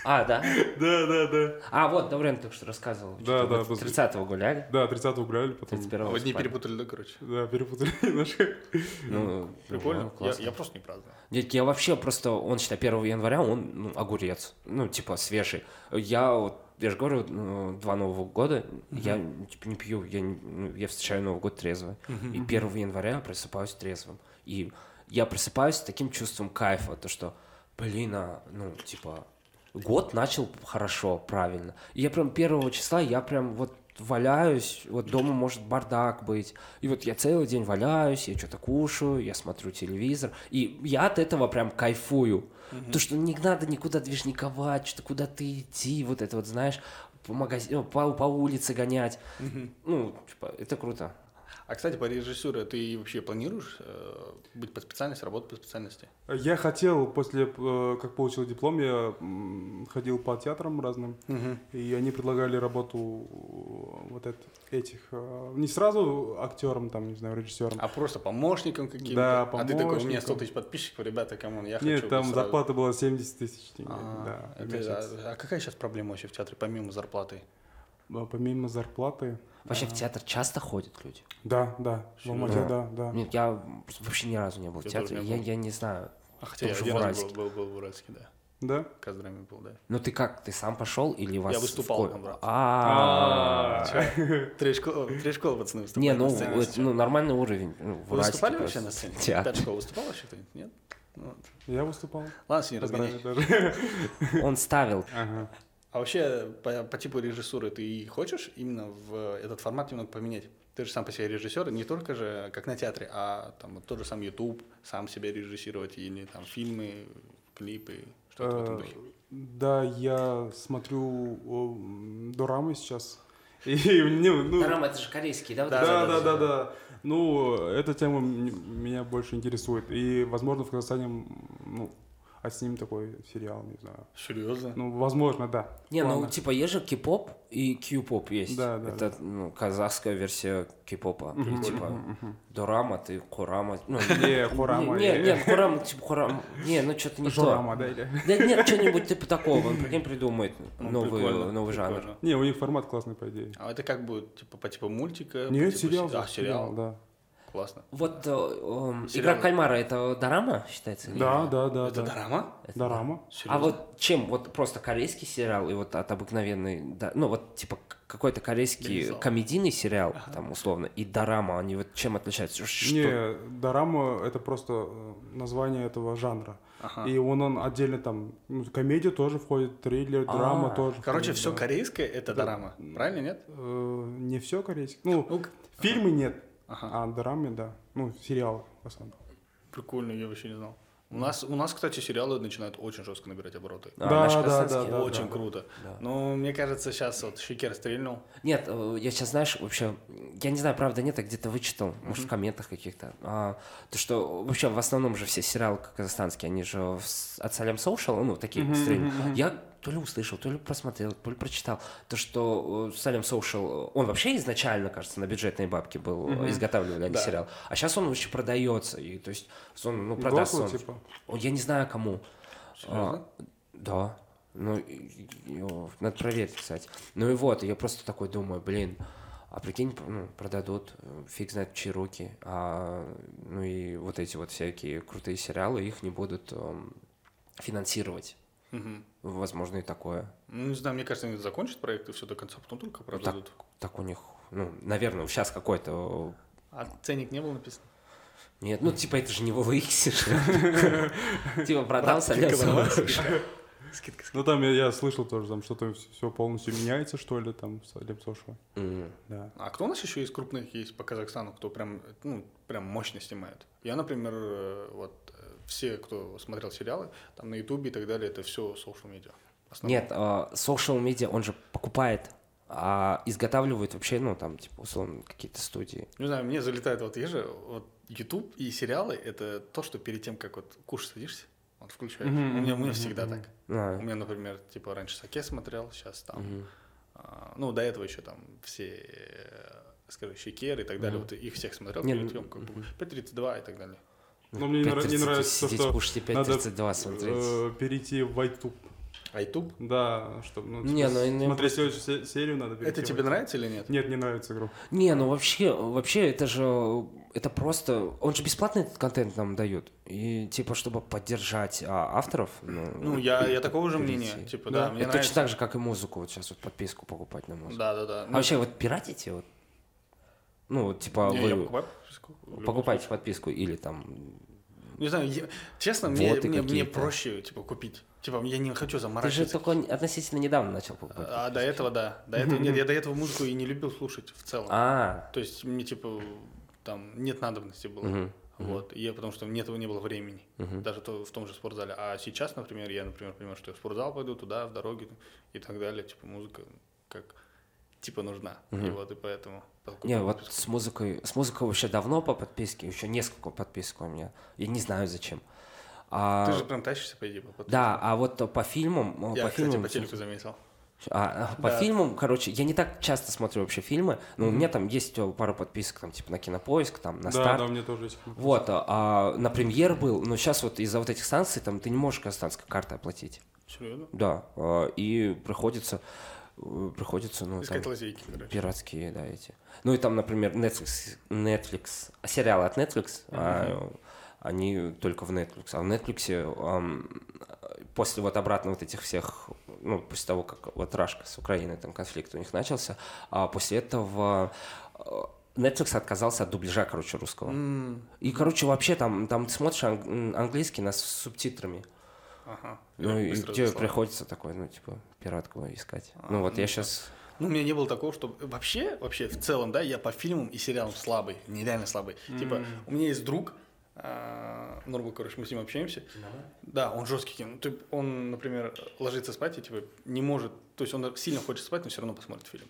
Speaker 2: А, да?
Speaker 3: Да, да, да.
Speaker 2: А, вот, Даврен только что рассказывал.
Speaker 3: Да,
Speaker 2: что
Speaker 3: да,
Speaker 2: вот
Speaker 3: после-
Speaker 2: 30-го гуляли,
Speaker 3: Да, 30 гуляли, потом...
Speaker 2: 31-го
Speaker 1: Вы дни
Speaker 2: спали.
Speaker 1: перепутали, да, короче?
Speaker 3: Да, перепутали наши.
Speaker 2: Ну,
Speaker 1: Прикольно.
Speaker 2: ну,
Speaker 1: Я,
Speaker 2: классно.
Speaker 1: я просто не праздную.
Speaker 2: Нет, я вообще просто, он, считай, 1 января, он ну, огурец, ну, типа, свежий. Я вот, я же говорю, ну, два Нового года, я, типа, не пью, я, не- ну, я встречаю Новый год трезво. И 1 января просыпаюсь трезвым. И я просыпаюсь с таким чувством кайфа, то, что, блин, а, ну, типа, год начал хорошо, правильно. И я прям 1 числа, я прям вот валяюсь, вот дома может бардак быть. И вот я целый день валяюсь, я что-то кушаю, я смотрю телевизор, и я от этого прям кайфую. То, что не надо никуда движниковать, что-то куда-то идти, вот это вот, знаешь, по, магазину, по, по улице гонять. Ну, типа, это круто.
Speaker 1: А, кстати, по режиссуре ты вообще планируешь э, быть по специальности, работать по специальности?
Speaker 3: Я хотел, после, э, как получил диплом, я м, ходил по театрам разным, и они предлагали работу э, вот эт- этих, э, не сразу актером, там, не знаю, режиссером.
Speaker 1: А просто помощником каким-то?
Speaker 3: Да,
Speaker 1: А ты такой, у меня
Speaker 3: помощником.
Speaker 1: 100 тысяч подписчиков, ребята, камон, я хочу
Speaker 3: Нет,
Speaker 1: быть
Speaker 3: там
Speaker 1: сразу».
Speaker 3: зарплата была 70 тысяч тенге,
Speaker 1: А,
Speaker 3: да, в
Speaker 1: это-
Speaker 3: месяц.
Speaker 1: а- а какая сейчас проблема вообще в театре, помимо зарплаты?
Speaker 3: А Помимо зарплаты,
Speaker 2: Вообще в театр часто ходят люди.
Speaker 3: да, да, в Алмате,
Speaker 2: Да.
Speaker 3: да, да.
Speaker 2: Нет, я вообще ни разу не был в
Speaker 1: Я
Speaker 2: театре,
Speaker 1: тоже не
Speaker 2: я,
Speaker 1: был.
Speaker 2: я не знаю.
Speaker 1: А хотя
Speaker 2: Потому
Speaker 1: я
Speaker 2: что
Speaker 1: один
Speaker 2: в
Speaker 1: раз был,
Speaker 2: Уральске.
Speaker 1: был, был в Уральске, да.
Speaker 3: Да?
Speaker 1: В Каздраме был, да.
Speaker 2: Ну ты как, ты сам пошел или вас... в
Speaker 1: выступал
Speaker 2: ко-
Speaker 1: там, брат.
Speaker 2: А.
Speaker 1: Три школы, три школы, пацаны, выступали
Speaker 2: Не, ну,
Speaker 1: на сцене.
Speaker 2: вот, ну, нормальный уровень. ну, в
Speaker 1: Вы
Speaker 2: Уральске
Speaker 1: выступали вообще
Speaker 2: просто
Speaker 1: на сцене?
Speaker 2: Театр.
Speaker 1: Пять школ выступал вообще кто-нибудь? Нет? Ну, вот.
Speaker 3: Я выступал.
Speaker 1: Ладно, с ней
Speaker 3: Поздравляю
Speaker 1: разгоняй.
Speaker 3: даже.
Speaker 2: Он ставил.
Speaker 3: Ага.
Speaker 1: А вообще, по, по типу режиссуры ты хочешь именно в этот формат немного поменять? Ты же сам по себе режиссер, и не только же, как на театре, а там вот тот же сам YouTube, сам себя режиссировать, или там фильмы, клипы, что-то в этом
Speaker 3: Э,
Speaker 1: духе.
Speaker 3: Да, я смотрю о, м, дорамы сейчас. И мне, ну,
Speaker 2: Дорама, это же корейский, да? вот
Speaker 3: да,
Speaker 2: эти
Speaker 3: да,
Speaker 2: вот?
Speaker 3: да, да, Ну, эта тема м- меня больше интересует. И, возможно, в Казахстане, м, ну, отсним такой сериал, не знаю.
Speaker 1: Серьезно?
Speaker 3: Ну, возможно, да.
Speaker 2: Не, ну
Speaker 3: Ладно.
Speaker 2: типа есть же кей-поп и кью-поп есть.
Speaker 3: Да, да,
Speaker 2: Это ну, казахская версия кей-попа. И, типа дорама, ты курама. Ну,
Speaker 3: Не, хорама.
Speaker 2: Не,
Speaker 3: э,
Speaker 2: не, нет, курама, типа курама. Не, ну что-то не то.
Speaker 3: Жорама, да, или?
Speaker 2: Да нет, что-нибудь типа такого. Он прикинь придумает
Speaker 1: Ну,
Speaker 2: новый,
Speaker 1: прикольно,
Speaker 2: новый жанр.
Speaker 1: прикольно.
Speaker 3: Не, у них формат классный, по идее.
Speaker 1: А это как будет, типа, по типу мультика? по
Speaker 3: Нет,
Speaker 1: типу
Speaker 3: Ну, сериал.
Speaker 1: се- А,
Speaker 3: же,
Speaker 1: сериал,
Speaker 3: да.
Speaker 1: классно.
Speaker 2: Вот э, эм,
Speaker 1: Сериал.
Speaker 2: игра в кальмара это дорама считается? или
Speaker 3: Да,
Speaker 2: нет?
Speaker 3: да, да,
Speaker 1: это
Speaker 3: да.
Speaker 1: дорама?
Speaker 2: Это-
Speaker 3: Дорама.
Speaker 2: А
Speaker 1: Серьезно?
Speaker 2: вот чем? Вот просто корейский сериал и вот от обыкновенной, да, ну вот типа к- какой-то корейский
Speaker 1: Лизал.
Speaker 2: комедийный сериал, там условно, и дорама, они вот чем отличаются? Ш- Что? а,
Speaker 3: Не, дорама это просто э, название этого жанра.
Speaker 1: Ага.
Speaker 3: И он, он отдельно там, ну, комедия тоже входит, триллер, драма
Speaker 2: А,
Speaker 3: тоже.
Speaker 1: Короче,
Speaker 3: входит,
Speaker 1: все
Speaker 3: да.
Speaker 1: корейское это дорама. Правильно, нет?
Speaker 3: Э, не все корейское. Ну,
Speaker 1: Ну, к-
Speaker 3: фильмы нет,
Speaker 1: Ага.
Speaker 3: а дорамы, да. Ну, сериалы в основном.
Speaker 1: Прикольно, я вообще не знал. У нас, у нас, кстати, сериалы начинают очень жестко набирать обороты.
Speaker 2: А,
Speaker 3: Да,
Speaker 2: наши
Speaker 3: да,
Speaker 2: казахские?
Speaker 3: да, да.
Speaker 1: очень круто.
Speaker 2: Да.
Speaker 1: Но мне кажется, сейчас вот Шикер стрельнул.
Speaker 2: Нет, э, я сейчас, знаешь, вообще, я не знаю, правда, нет, я где-то вычитал, может, в комментах каких-то, а, то, что вообще в основном же все сериалы казахстанские, они же в с- от Салям Соушала, ну, такие
Speaker 3: Мгм,
Speaker 2: стрельни.
Speaker 3: мгм, мгм.
Speaker 2: Я то ли услышал, то ли просмотрел, то ли прочитал, то, что э, Салем Соушел, он вообще изначально, кажется, на бюджетные бабки был, э, изготавливали они
Speaker 1: Да.
Speaker 2: сериал, а сейчас он вообще продается, и то есть он, ну,
Speaker 3: Гослу,
Speaker 2: продастся он.
Speaker 3: типа?
Speaker 2: О, Я не знаю, кому. А, да. Ну, и- и- о, надо проверить, кстати. Ну и вот, я просто такой думаю, блин, а прикинь, ну, продадут, э, фиг знает чьи руки, а, ну и вот эти вот всякие крутые сериалы, их не будут эм, финансировать.
Speaker 1: Мгм.
Speaker 2: Возможно, и такое.
Speaker 1: Ну, не знаю, мне кажется, они закончат проект и все до конца, а потом только продадут.
Speaker 2: Ну, Так у них, ну, наверное, сейчас какой-то... э,
Speaker 1: А ценник не был написан?
Speaker 2: Нет, ну, типа, это же не VVX. Типа, продал,
Speaker 1: Брат,
Speaker 2: солил,
Speaker 1: скидка была?
Speaker 2: солил.
Speaker 3: Ну там я, я слышал тоже, там что-то все полностью меняется, что ли, там с Олегом Сошевым.
Speaker 2: М.
Speaker 3: Да.
Speaker 1: А кто у нас еще из крупных есть по Казахстану, кто прям, ну, прям мощно снимает? Я, например, э, вот э, все, кто смотрел сериалы, там на Ютубе и так далее, это все social media. Основное.
Speaker 2: Нет, а, social media, он же покупает, а изготавливает вообще, ну, там, типа, условно, какие-то студии.
Speaker 1: Не знаю, мне залетает вот я же, вот YouTube и сериалы — это то, что перед тем, как вот кушать садишься, вот включаешь. у
Speaker 3: Мгм,
Speaker 1: меня, у
Speaker 3: мгм,
Speaker 1: меня
Speaker 3: мгм,
Speaker 1: всегда
Speaker 3: мгм.
Speaker 1: так.
Speaker 2: А,
Speaker 1: У меня, например, типа раньше Саке смотрел, сейчас там
Speaker 2: мгм.
Speaker 1: А, ну, до этого еще там все, э, скажу, Щекеры и так далее, вот их всех смотрел,
Speaker 2: Не,
Speaker 1: перед
Speaker 2: ну,
Speaker 1: тем, как был. П-32 и так далее.
Speaker 3: Но Ну, мне не, нра- не
Speaker 2: 5.30
Speaker 3: нравится то,
Speaker 2: сидеть,
Speaker 3: что
Speaker 2: кушать и
Speaker 3: надо
Speaker 2: 5.32 смотреть.
Speaker 3: э, перейти в Айтуб.
Speaker 1: А YouTube?
Speaker 3: Да, чтобы ну,
Speaker 2: Не,
Speaker 3: типа,
Speaker 2: ну, и не-
Speaker 3: смотреть следующую се- серию надо перейти
Speaker 1: Это
Speaker 3: в
Speaker 1: тебе
Speaker 3: iTunes.
Speaker 1: нравится или нет?
Speaker 3: Нет, не нравится игру.
Speaker 2: Не, ну вообще, вообще это же, это просто, он же бесплатный этот контент нам дает. И типа, чтобы поддержать а, авторов. Ну,
Speaker 1: Ну, я, я такого же
Speaker 2: перейти.
Speaker 1: мнения, типа,
Speaker 3: Да.
Speaker 1: да,
Speaker 2: Это
Speaker 1: мне
Speaker 2: точно
Speaker 1: нравится.
Speaker 2: так же, как и музыку. Вот сейчас вот подписку покупать на музыку.
Speaker 1: Да, да, да.
Speaker 2: А вообще, вот пиратите? Вот? Ну, вот, типа,
Speaker 1: Не,
Speaker 2: вы
Speaker 1: я покупаю подписку, в любом
Speaker 2: покупаете подписку или там
Speaker 1: случае. Не знаю, я- честно, мне,
Speaker 2: Вот и
Speaker 1: мне, мне
Speaker 2: какие-то.
Speaker 1: проще, типа, купить. Типа, я не хочу
Speaker 2: Ты же
Speaker 1: заморачиваться.
Speaker 2: только н- относительно недавно начал покупать.
Speaker 1: А до этого, да. До этого, нет, я до этого музыку и не любил слушать в целом.
Speaker 2: А,
Speaker 1: То есть мне, типа, там нет надобности было.
Speaker 2: мгм.
Speaker 1: Вот. И я, потому что мне этого не было времени.
Speaker 2: Мгм.
Speaker 1: Даже то, в том же спортзале. А сейчас, например, я, например, понимаю, что я в спортзал пойду туда, в дороге и так далее. Типа музыка как типа нужна. И вот и поэтому. покупаю
Speaker 2: не, вот
Speaker 1: подписку.
Speaker 2: с музыкой, с музыкой вообще давно по подписке, еще несколько подписок у меня, я не знаю зачем. А,
Speaker 1: Ты же прям тащишься, по идее, по подписке.
Speaker 2: Да, а вот э, по фильмам, э,
Speaker 1: Я,
Speaker 2: по
Speaker 1: кстати,
Speaker 2: фильмам,
Speaker 1: по телеку заметил.
Speaker 2: А, а, по
Speaker 1: Да.
Speaker 2: фильмам, короче, я не так часто смотрю вообще фильмы, но у меня там есть э, пара подписок, там типа на Кинопоиск, там на
Speaker 3: да,
Speaker 2: Старт.
Speaker 3: да, у меня тоже есть.
Speaker 2: Вот, а, а, на премьер был, но сейчас вот из-за вот этих станций там ты не можешь казахстанской картой оплатить.
Speaker 1: Серьезно?
Speaker 2: Да, а, и приходится, э, приходится, ну, там,
Speaker 1: Искать лазейки, короче.
Speaker 2: Пиратские, да, эти. Ну и там, например, Netflix, Netflix сериалы от Netflix, а, они только в Netflix. А в Netflix после вот обратно вот этих всех, ну, после того, как вот Рашка с Украиной, там конфликт у них начался, а после этого э, Netflix отказался от дубляжа, короче, русского.
Speaker 1: М,
Speaker 2: И, короче, вообще там, там ты смотришь анг- м, английский нас с субтитрами.
Speaker 1: Ага.
Speaker 2: Ну, и
Speaker 1: Быстро
Speaker 2: тебе
Speaker 1: заслал.
Speaker 2: приходится такой, ну, типа, пиратку искать. ну, вот я сейчас...
Speaker 1: Ну, у меня не было такого, что вообще, вообще в целом, да, я по фильмам и сериалам слабый, нереально слабый. Типа, у меня есть друг, а, Нурбек, короче, мы с ним общаемся. Да, он жесткий кино. Ты- Он, например, ложится спать и типа не может, то есть он сильно хочет спать, но все равно посмотрит фильм.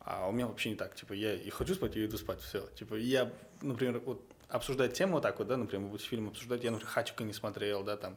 Speaker 1: А у меня вообще не так. Типа, я и хочу спать, и иду спать, все. Типа, я, например, вот обсуждать тему вот так вот, да, например, вот фильм обсуждать, я, например, «Хачика» не смотрел, да, там,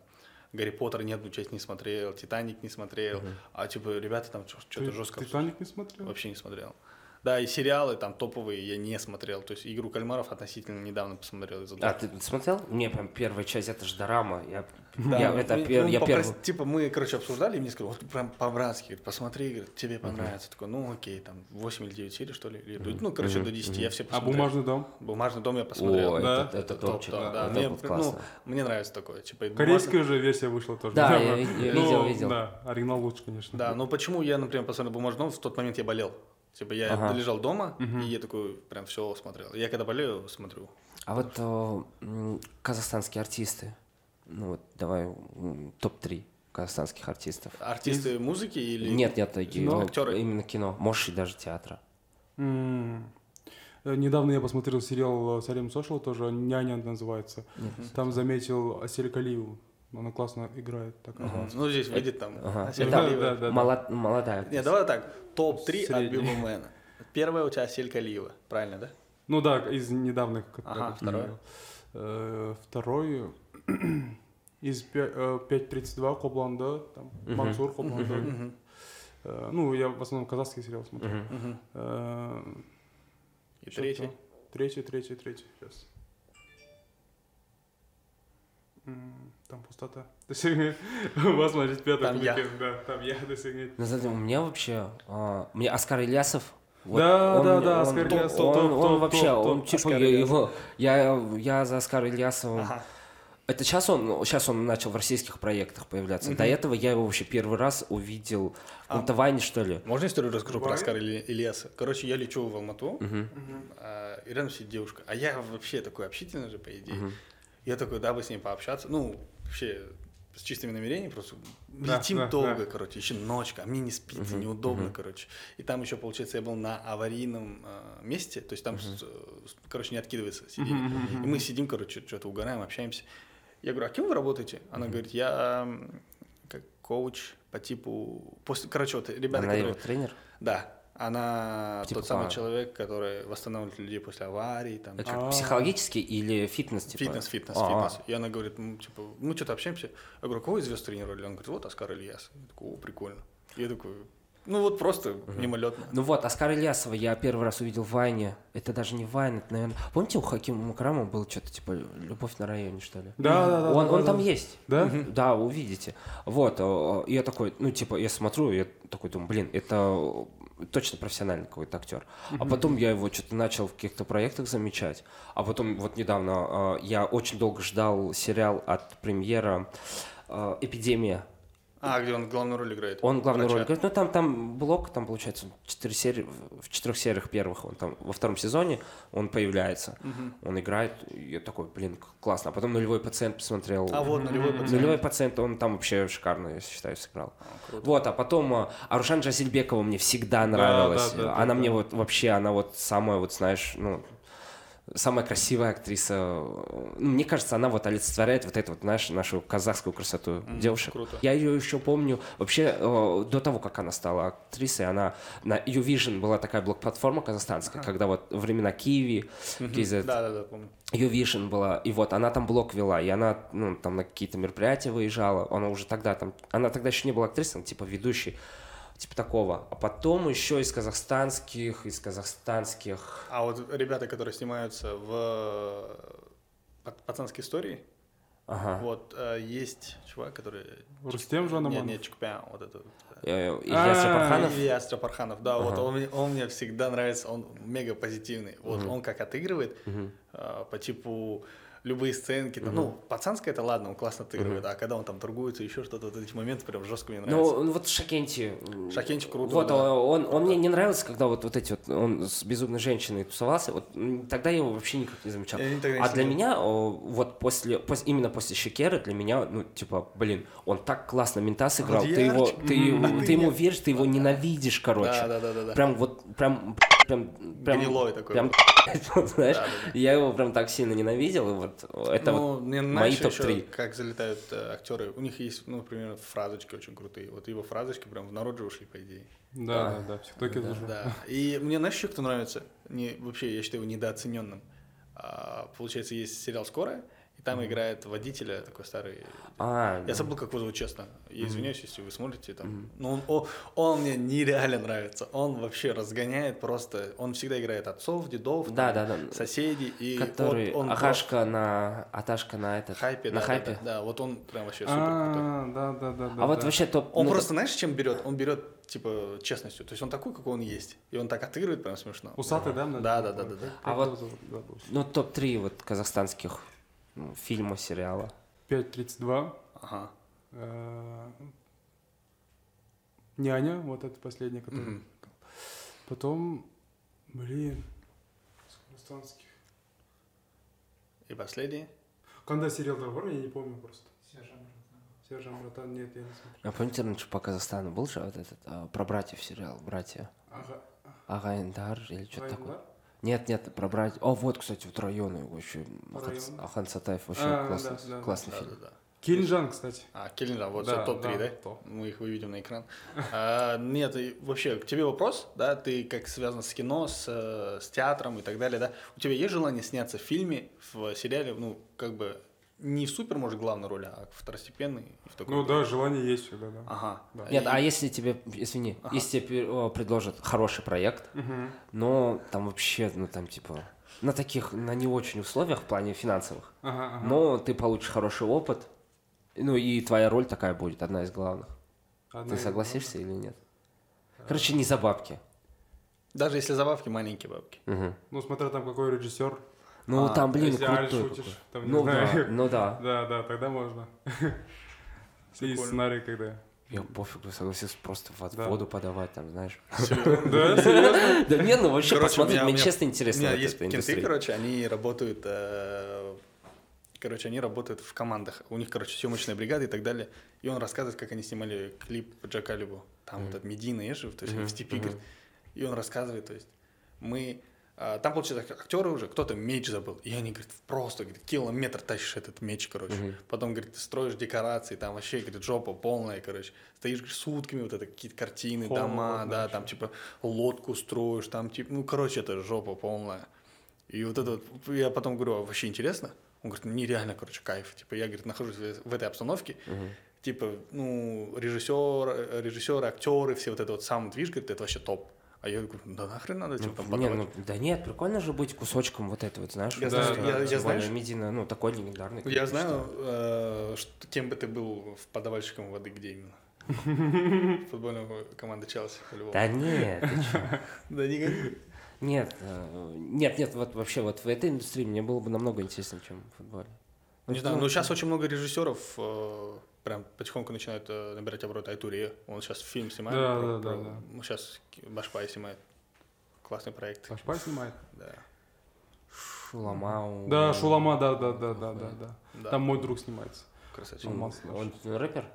Speaker 1: «Гарри Поттера» ни одну часть не смотрел, «Титаник» не смотрел, а, типа, ребята там что-то
Speaker 3: Ты
Speaker 1: жестко
Speaker 3: Титаник не смотрел?
Speaker 1: Вообще не смотрел. Да, и сериалы там топовые я не смотрел. То есть «Игру кальмаров» относительно недавно посмотрел. из-за
Speaker 2: А,
Speaker 1: того,
Speaker 2: ты смотрел? Мне прям первая часть, это же дорама. Я,
Speaker 1: Да,
Speaker 2: я,
Speaker 1: ну,
Speaker 2: это,
Speaker 1: мне-
Speaker 2: пер-
Speaker 1: ну,
Speaker 2: я
Speaker 1: попрос-
Speaker 2: первый.
Speaker 1: Типа мы, короче, обсуждали, и мне сказали, вот прям по-братски, говорит, посмотри, говорит, тебе понравится. Такой, ну окей, там 8 или 9 серий, что ли. или до- Ну, короче, до 10 я все
Speaker 3: А
Speaker 1: посмотрел.
Speaker 3: бумажный дом?
Speaker 1: «Бумажный дом» я посмотрел.
Speaker 2: О,
Speaker 3: Да.
Speaker 2: это, это
Speaker 1: Это топ,
Speaker 2: топчик.
Speaker 1: да, да.
Speaker 2: Это
Speaker 1: Мне,
Speaker 2: вот
Speaker 1: ну,
Speaker 2: классно.
Speaker 1: мне нравится такое. Типа, и «Бумажный
Speaker 3: Корейская же версия вышла тоже.
Speaker 2: Да, я ви- я
Speaker 3: Ну,
Speaker 2: видел, видел.
Speaker 3: Да, оригинал лучше, конечно.
Speaker 1: Да, но почему я, например, посмотрел «Бумажный дом», в тот момент я болел. Типа я
Speaker 2: Ага.
Speaker 1: лежал дома, и я такой прям все смотрел. Я когда болею, смотрю.
Speaker 2: А вот э, м, казахстанские артисты. Ну вот, давай м, топ-3 казахстанских артистов.
Speaker 1: Артисты музыки или...
Speaker 2: Нет, нет, э,
Speaker 1: кино,
Speaker 2: э,
Speaker 1: актеры?
Speaker 2: именно кино. Можешь и даже театра.
Speaker 3: М. Э, Недавно я посмотрел сериал Салим Сошел, тоже «Няня» называется. Там заметил Асель Калиеву. Она классно играет. такая.
Speaker 1: Ну, здесь выйдет там.
Speaker 2: Ага.
Speaker 1: Асель
Speaker 2: Да,
Speaker 1: Калиева.
Speaker 3: да, да.
Speaker 2: Молод- молодая.
Speaker 1: Не, давай так. Топ-3 от
Speaker 3: Средний.
Speaker 1: Бибумена. Первая у тебя Сель Калиева, правильно, да?
Speaker 3: Ну да, из недавних. как-
Speaker 1: Ага,
Speaker 3: как-
Speaker 1: второе.
Speaker 3: Э, Второй... из пя- э, 5.32 Кобланда, там, Мансур Кобланда. Э, Ну, я в основном казахский сериал смотрю.
Speaker 2: Мгм.
Speaker 3: Э,
Speaker 1: И
Speaker 3: чё
Speaker 1: третий.
Speaker 3: там? Третий, третий, третий. Сейчас. Там пустота. Достигнет. Вас, значит, пятый.
Speaker 1: Там я.
Speaker 3: пункт, Да, там я достигнет.
Speaker 2: Ну, знаете, у меня вообще... а, мне Оскар Ильясов...
Speaker 3: Да, да,
Speaker 2: мне-
Speaker 3: да, Оскар
Speaker 2: он-
Speaker 3: Ильясов,
Speaker 2: Он,
Speaker 3: топ,
Speaker 2: он
Speaker 3: топ,
Speaker 2: вообще,
Speaker 3: топ,
Speaker 2: он
Speaker 3: топ,
Speaker 2: типа
Speaker 1: Оскар
Speaker 2: я-
Speaker 1: Ильясов.
Speaker 2: его... Я, я за Оскара Ильясовым...
Speaker 1: Ага.
Speaker 2: Это сейчас он, ну, сейчас он начал в российских проектах появляться. До этого я его вообще первый раз увидел в
Speaker 3: А.
Speaker 2: каком-то Вайне, что ли.
Speaker 1: Можно историю расскажу про
Speaker 3: Давай.
Speaker 1: Оскара Или- Ильяса? Короче, я лечу в Алмату,
Speaker 2: Мгм.
Speaker 1: а, и рядом сидит девушка. А я вообще такой общительный же, по идее. Я такой, дабы с ней пообщаться. Ну, вообще, с чистыми намерениями просто
Speaker 3: Да,
Speaker 1: летим
Speaker 3: да,
Speaker 1: долго,
Speaker 3: да.
Speaker 1: короче, еще ночка, а мне не спится, неудобно, короче. И там еще, получается, я был на аварийном э, месте, то есть там, с- с- короче, не откидывается сиденье. И мы сидим, короче, что-то угораем, общаемся. Я говорю, а кем вы работаете? Она говорит, я м, как коуч по типу... После, короче, вот ребята,
Speaker 2: Она его
Speaker 1: которые...
Speaker 2: тренер.
Speaker 1: Да, она
Speaker 2: Типа
Speaker 1: тот самый
Speaker 2: по-
Speaker 1: человек, который восстанавливает людей после аварии, там,
Speaker 2: Это
Speaker 3: А.
Speaker 2: как, психологический или фитнес? Типа?
Speaker 1: Фитнес, фитнес,
Speaker 2: А,
Speaker 1: фитнес. И она говорит, ну, типа, мы что-то общаемся. Я говорю, «А кого из звезд тренировали? Он говорит, вот Оскар Ильяс. Я такой, о, прикольно. Я такой, ну вот просто мимолетно.
Speaker 2: Ну вот, Оскар Ильясова я первый раз увидел в Вайне. Это даже не Вайн, это, наверное... Помните, у Хакима Макрама был что-то типа «Любовь на районе», что ли?
Speaker 3: Да, да, да.
Speaker 2: он
Speaker 3: да,
Speaker 2: он
Speaker 3: да,
Speaker 2: там
Speaker 3: да.
Speaker 2: есть.
Speaker 3: Э, Да?
Speaker 2: Мгм. Да, увидите. Вот, э, я такой, ну, типа, я смотрю, я такой думаю, блин, это э, точно профессиональный какой-то актер. А потом я его что-то начал в каких-то проектах замечать. А потом, вот недавно, э, я очень долго ждал сериал от премьера э, «Эпидемия».
Speaker 1: А, где он главную роль играет?
Speaker 2: Он главную
Speaker 1: Врача.
Speaker 2: роль играет. Ну, там, там блок, там, получается, четыре серии, в четырех сериях первых, он там во втором сезоне он появляется. Он играет, и я такой, блин, к- классно. А потом «Нулевой пациент» посмотрел.
Speaker 1: А вот, нулевой пациент.
Speaker 2: Нулевой пациент, он там вообще шикарно, я считаю, сыграл. вот, а потом а, Арушан Джасильбекова мне всегда нравилась.
Speaker 3: да, да,
Speaker 2: она
Speaker 3: да,
Speaker 2: мне
Speaker 3: да.
Speaker 2: вот вообще, она вот самая, вот знаешь, ну, самая красивая актриса. Ну, Мне кажется, она вот олицетворяет вот эту вот, знаешь, нашу казахскую красоту девушек.
Speaker 1: круто.
Speaker 2: Я ее еще помню вообще э, до того, как она стала актрисой, она на YouVision была такая блок-платформа казахстанская, когда вот времена Киеви, KZ,
Speaker 1: Да, да, да, помню.
Speaker 2: Ювишн была, и вот она там блог вела, и она ну, там на какие-то мероприятия выезжала, она уже тогда там, она тогда еще не была актрисой, она типа ведущей, типа такого. А потом еще из казахстанских, из казахстанских,
Speaker 1: А вот ребята, которые снимаются в э, пацанской истории,
Speaker 2: ага.
Speaker 1: вот э, есть чувак, который...
Speaker 3: Рустем
Speaker 1: Нет,
Speaker 3: Жанаманов.
Speaker 1: нет, Чукпя, вот этот.
Speaker 2: Э,
Speaker 3: А,
Speaker 2: Илья Сапарханов.
Speaker 1: Илья Страпарханов, да, вот он, мне- он мне всегда нравится, он мега позитивный. Вот он как отыгрывает а, по типу любые сценки, там, ну, пацанская это ладно, он классно отыгрывает, а когда он там торгуется, еще что-то, вот эти моменты прям жестко мне нравятся.
Speaker 2: Ну, ну, вот Шакенти. м,
Speaker 1: Шакенти круто,
Speaker 2: Вот,
Speaker 1: да.
Speaker 2: он, он, он мне не нравился, когда вот, вот эти вот, он с безумной женщиной тусовался, вот м, тогда я его вообще никак не замечал.
Speaker 1: Я никогда не
Speaker 2: а для
Speaker 1: смотрел.
Speaker 2: меня, о, вот после, пос- именно после Шекеры, для меня, ну, типа, блин, он так классно мента сыграл,
Speaker 1: вот
Speaker 2: ты
Speaker 1: я-
Speaker 2: его, ты,
Speaker 1: М, а
Speaker 2: ты
Speaker 1: ты
Speaker 2: ему
Speaker 1: нет.
Speaker 2: веришь, ты его ненавидишь, короче.
Speaker 1: да, да, да, да, да.
Speaker 2: Прям вот, прям, прям, прям...
Speaker 1: Гнилой такой.
Speaker 2: Прям,
Speaker 1: вот.
Speaker 2: знаешь,
Speaker 1: Да,
Speaker 2: я его прям так сильно ненавидел, и вот это
Speaker 1: ну,
Speaker 2: вот
Speaker 1: мне
Speaker 2: мои
Speaker 1: нравится еще,
Speaker 2: топ-3.
Speaker 1: как залетают э, актеры. У них есть, ну, например, фразочки очень крутые. Вот его фразочки прям в народ же ушли, по идее.
Speaker 3: Да, да, да. В ТикТоке тоже.
Speaker 1: Да. И мне знаешь, еще кто нравится? Не, вообще, я считаю его недооцененным. А, получается, есть сериал Скорая, и там играет водителя такой старый.
Speaker 2: А,
Speaker 1: Я забыл, как его зовут, честно. Я извиняюсь, если вы смотрите там. Но он, о- он мне нереально нравится. Он вообще разгоняет просто. Он всегда играет отцов, дедов, там,
Speaker 2: да, да, да.
Speaker 1: соседей. И
Speaker 2: который
Speaker 1: вот он
Speaker 2: Ахашка на Аташка на
Speaker 1: просто
Speaker 2: этот
Speaker 1: хайпе,
Speaker 2: на
Speaker 1: да, да,
Speaker 2: хайпе.
Speaker 1: Да, да. вот он прям вообще супер крутой.
Speaker 3: А, да, да, да, да.
Speaker 2: А вот
Speaker 3: да.
Speaker 2: вообще топ.
Speaker 1: Он
Speaker 2: ну,
Speaker 1: просто, знаешь, чем берет? Он берет, типа, честностью. То есть он такой, какой он есть. И он так отыгрывает прям смешно.
Speaker 3: Усатый, да? наверное?
Speaker 1: Да, да, да, да, да.
Speaker 2: А
Speaker 3: Как
Speaker 2: вот-
Speaker 3: его зовут? Забыл.
Speaker 2: ну топ 3 вот казахстанских ну, фильма сериала.
Speaker 3: 5.32.
Speaker 1: Ага.
Speaker 3: э, Няня, вот это последняя, которая.
Speaker 1: Мгм.
Speaker 3: Потом, блин, из казахстанских.
Speaker 1: И последний.
Speaker 3: Когда сериал договор, я не помню просто. Сержан Братан. Братан, нет, я не смотрю.
Speaker 2: А помните раньше по Казахстану был же вот этот а, про братьев сериал братья
Speaker 3: Ага.
Speaker 2: Агайндар или что-то
Speaker 3: Райан,
Speaker 2: такое?
Speaker 3: да?
Speaker 2: Нет, нет, про братьев. О, вот, кстати, вот районы вообще.
Speaker 3: По
Speaker 2: Ахан-
Speaker 3: району?
Speaker 2: Ахан Сатаев вообще
Speaker 3: А,
Speaker 2: классный,
Speaker 3: да, да,
Speaker 2: классный
Speaker 1: Да,
Speaker 2: фильм.
Speaker 1: да, да.
Speaker 3: Киринжан, кстати.
Speaker 1: А, Келлина, вот
Speaker 3: Да,
Speaker 1: всё, топ-3,
Speaker 3: да,
Speaker 1: да?
Speaker 3: топ.
Speaker 1: Мы их выведем на экран. А, нет, и вообще, к тебе вопрос, да, ты как связан с кино, с, э, с театром и так далее, да? У тебя есть желание сняться в фильме, в сериале, ну, как бы не в супер, может, главной роли, а второстепенной. и в такой
Speaker 3: Ну
Speaker 1: роли.
Speaker 3: да, желание есть всегда, да.
Speaker 1: Ага.
Speaker 3: Да.
Speaker 2: Нет,
Speaker 1: И-
Speaker 2: а если тебе, извини,
Speaker 1: Ага.
Speaker 2: если тебе э, предложат хороший проект,
Speaker 3: Мгм.
Speaker 2: но там вообще, ну там типа, на таких, на не очень условиях в плане финансовых,
Speaker 3: Ага, ага.
Speaker 2: но ты получишь хороший опыт, ну и твоя роль такая будет, одна из главных.
Speaker 3: Одна
Speaker 2: Ты
Speaker 3: из- А.
Speaker 2: согласишься или нет? Короче, не за бабки.
Speaker 1: Даже если забавки маленькие бабки.
Speaker 3: Ну, смотря там какой режиссер.
Speaker 2: Ну
Speaker 1: А,
Speaker 2: там, блин,
Speaker 3: Если Аль
Speaker 2: крутой
Speaker 3: шутишь,
Speaker 2: какой.
Speaker 3: там, не
Speaker 2: Ну да,
Speaker 3: знаю.
Speaker 2: ну да.
Speaker 3: Да, да, тогда можно. И
Speaker 1: Прикольно.
Speaker 3: сценарий когда.
Speaker 2: Я пофигу, согласился просто в
Speaker 3: Да.
Speaker 2: воду подавать, там, знаешь.
Speaker 3: Да, серьезно?
Speaker 2: Да не, ну вообще
Speaker 1: Короче,
Speaker 2: посмотреть,
Speaker 1: у меня-
Speaker 2: мне
Speaker 1: у меня-
Speaker 2: честно
Speaker 1: У
Speaker 2: интересно
Speaker 1: меня
Speaker 2: вот
Speaker 1: есть а
Speaker 2: эта
Speaker 1: кенты,
Speaker 2: индустрия.
Speaker 1: короче, они работают... э, Короче, они работают в командах. У них, короче, съемочная бригада и так далее. И он рассказывает, как они снимали клип по Джакалибу. Там вот этот медийный, знаешь, то есть они
Speaker 2: Мгм,
Speaker 1: в степи, говорит. И он рассказывает, то есть мы... а, Там, получается, актеры уже, кто-то меч забыл. И они, говорит, просто, говорит, километр тащишь этот меч, короче.
Speaker 2: Мгм.
Speaker 1: Потом, говорит, ты строишь декорации, там вообще, говорит, жопа полная, короче. Стоишь говорит, сутками, вот это какие-то картины,
Speaker 3: Холм,
Speaker 1: дома,
Speaker 3: вот,
Speaker 1: да,
Speaker 3: вообще.
Speaker 1: там, типа, лодку строишь, там, типа, ну, короче, это жопа полная. И вот это вот, я потом говорю, а вообще интересно? Он говорит, нереально, короче, кайф. Типа, я, говорит, нахожусь в в этой обстановке, типа, ну, режиссер, режиссеры, актеры, все вот это вот сам движ, говорит, это вообще топ. А я говорю, да нахрен надо, типа,
Speaker 2: Ну,
Speaker 1: там
Speaker 2: не,
Speaker 1: подавать?»
Speaker 2: ну, да нет, прикольно же быть кусочком вот этого, вот, знаешь?
Speaker 1: Я
Speaker 2: вот
Speaker 3: знаю,
Speaker 2: этого,
Speaker 3: я- я
Speaker 2: тем более
Speaker 1: знаешь-
Speaker 2: Медина, ну, такой легендарный.
Speaker 1: Я
Speaker 2: конечно,
Speaker 1: знаю, э, что- кем бы ты был в подавальщиком воды, где именно? Футбольного команды Челси,
Speaker 2: что-
Speaker 1: по-любому.
Speaker 2: Да нет, ты чё?
Speaker 1: Да не гони.
Speaker 2: нет, э, нет, нет, вот вообще вот в этой индустрии мне было бы намного интереснее, чем в футболе.
Speaker 3: Ну,
Speaker 2: Ну,
Speaker 1: Не знаю, ну, но сейчас очень много режиссеров э, прям потихоньку начинают э, набирать обороты. Айтурия, он сейчас фильм снимает.
Speaker 3: Да,
Speaker 1: про-
Speaker 3: да, да,
Speaker 1: про-
Speaker 3: да.
Speaker 1: ну, Сейчас Башпай снимает. Классный проект.
Speaker 3: Пашпай снимает.
Speaker 1: Да.
Speaker 2: Шуламау.
Speaker 3: Да, Шулама, да, да, да, да, да, да.
Speaker 1: Да.
Speaker 3: Там мой друг снимается.
Speaker 1: Красавчик.
Speaker 2: М,
Speaker 3: Шуламау
Speaker 2: Он рэпер?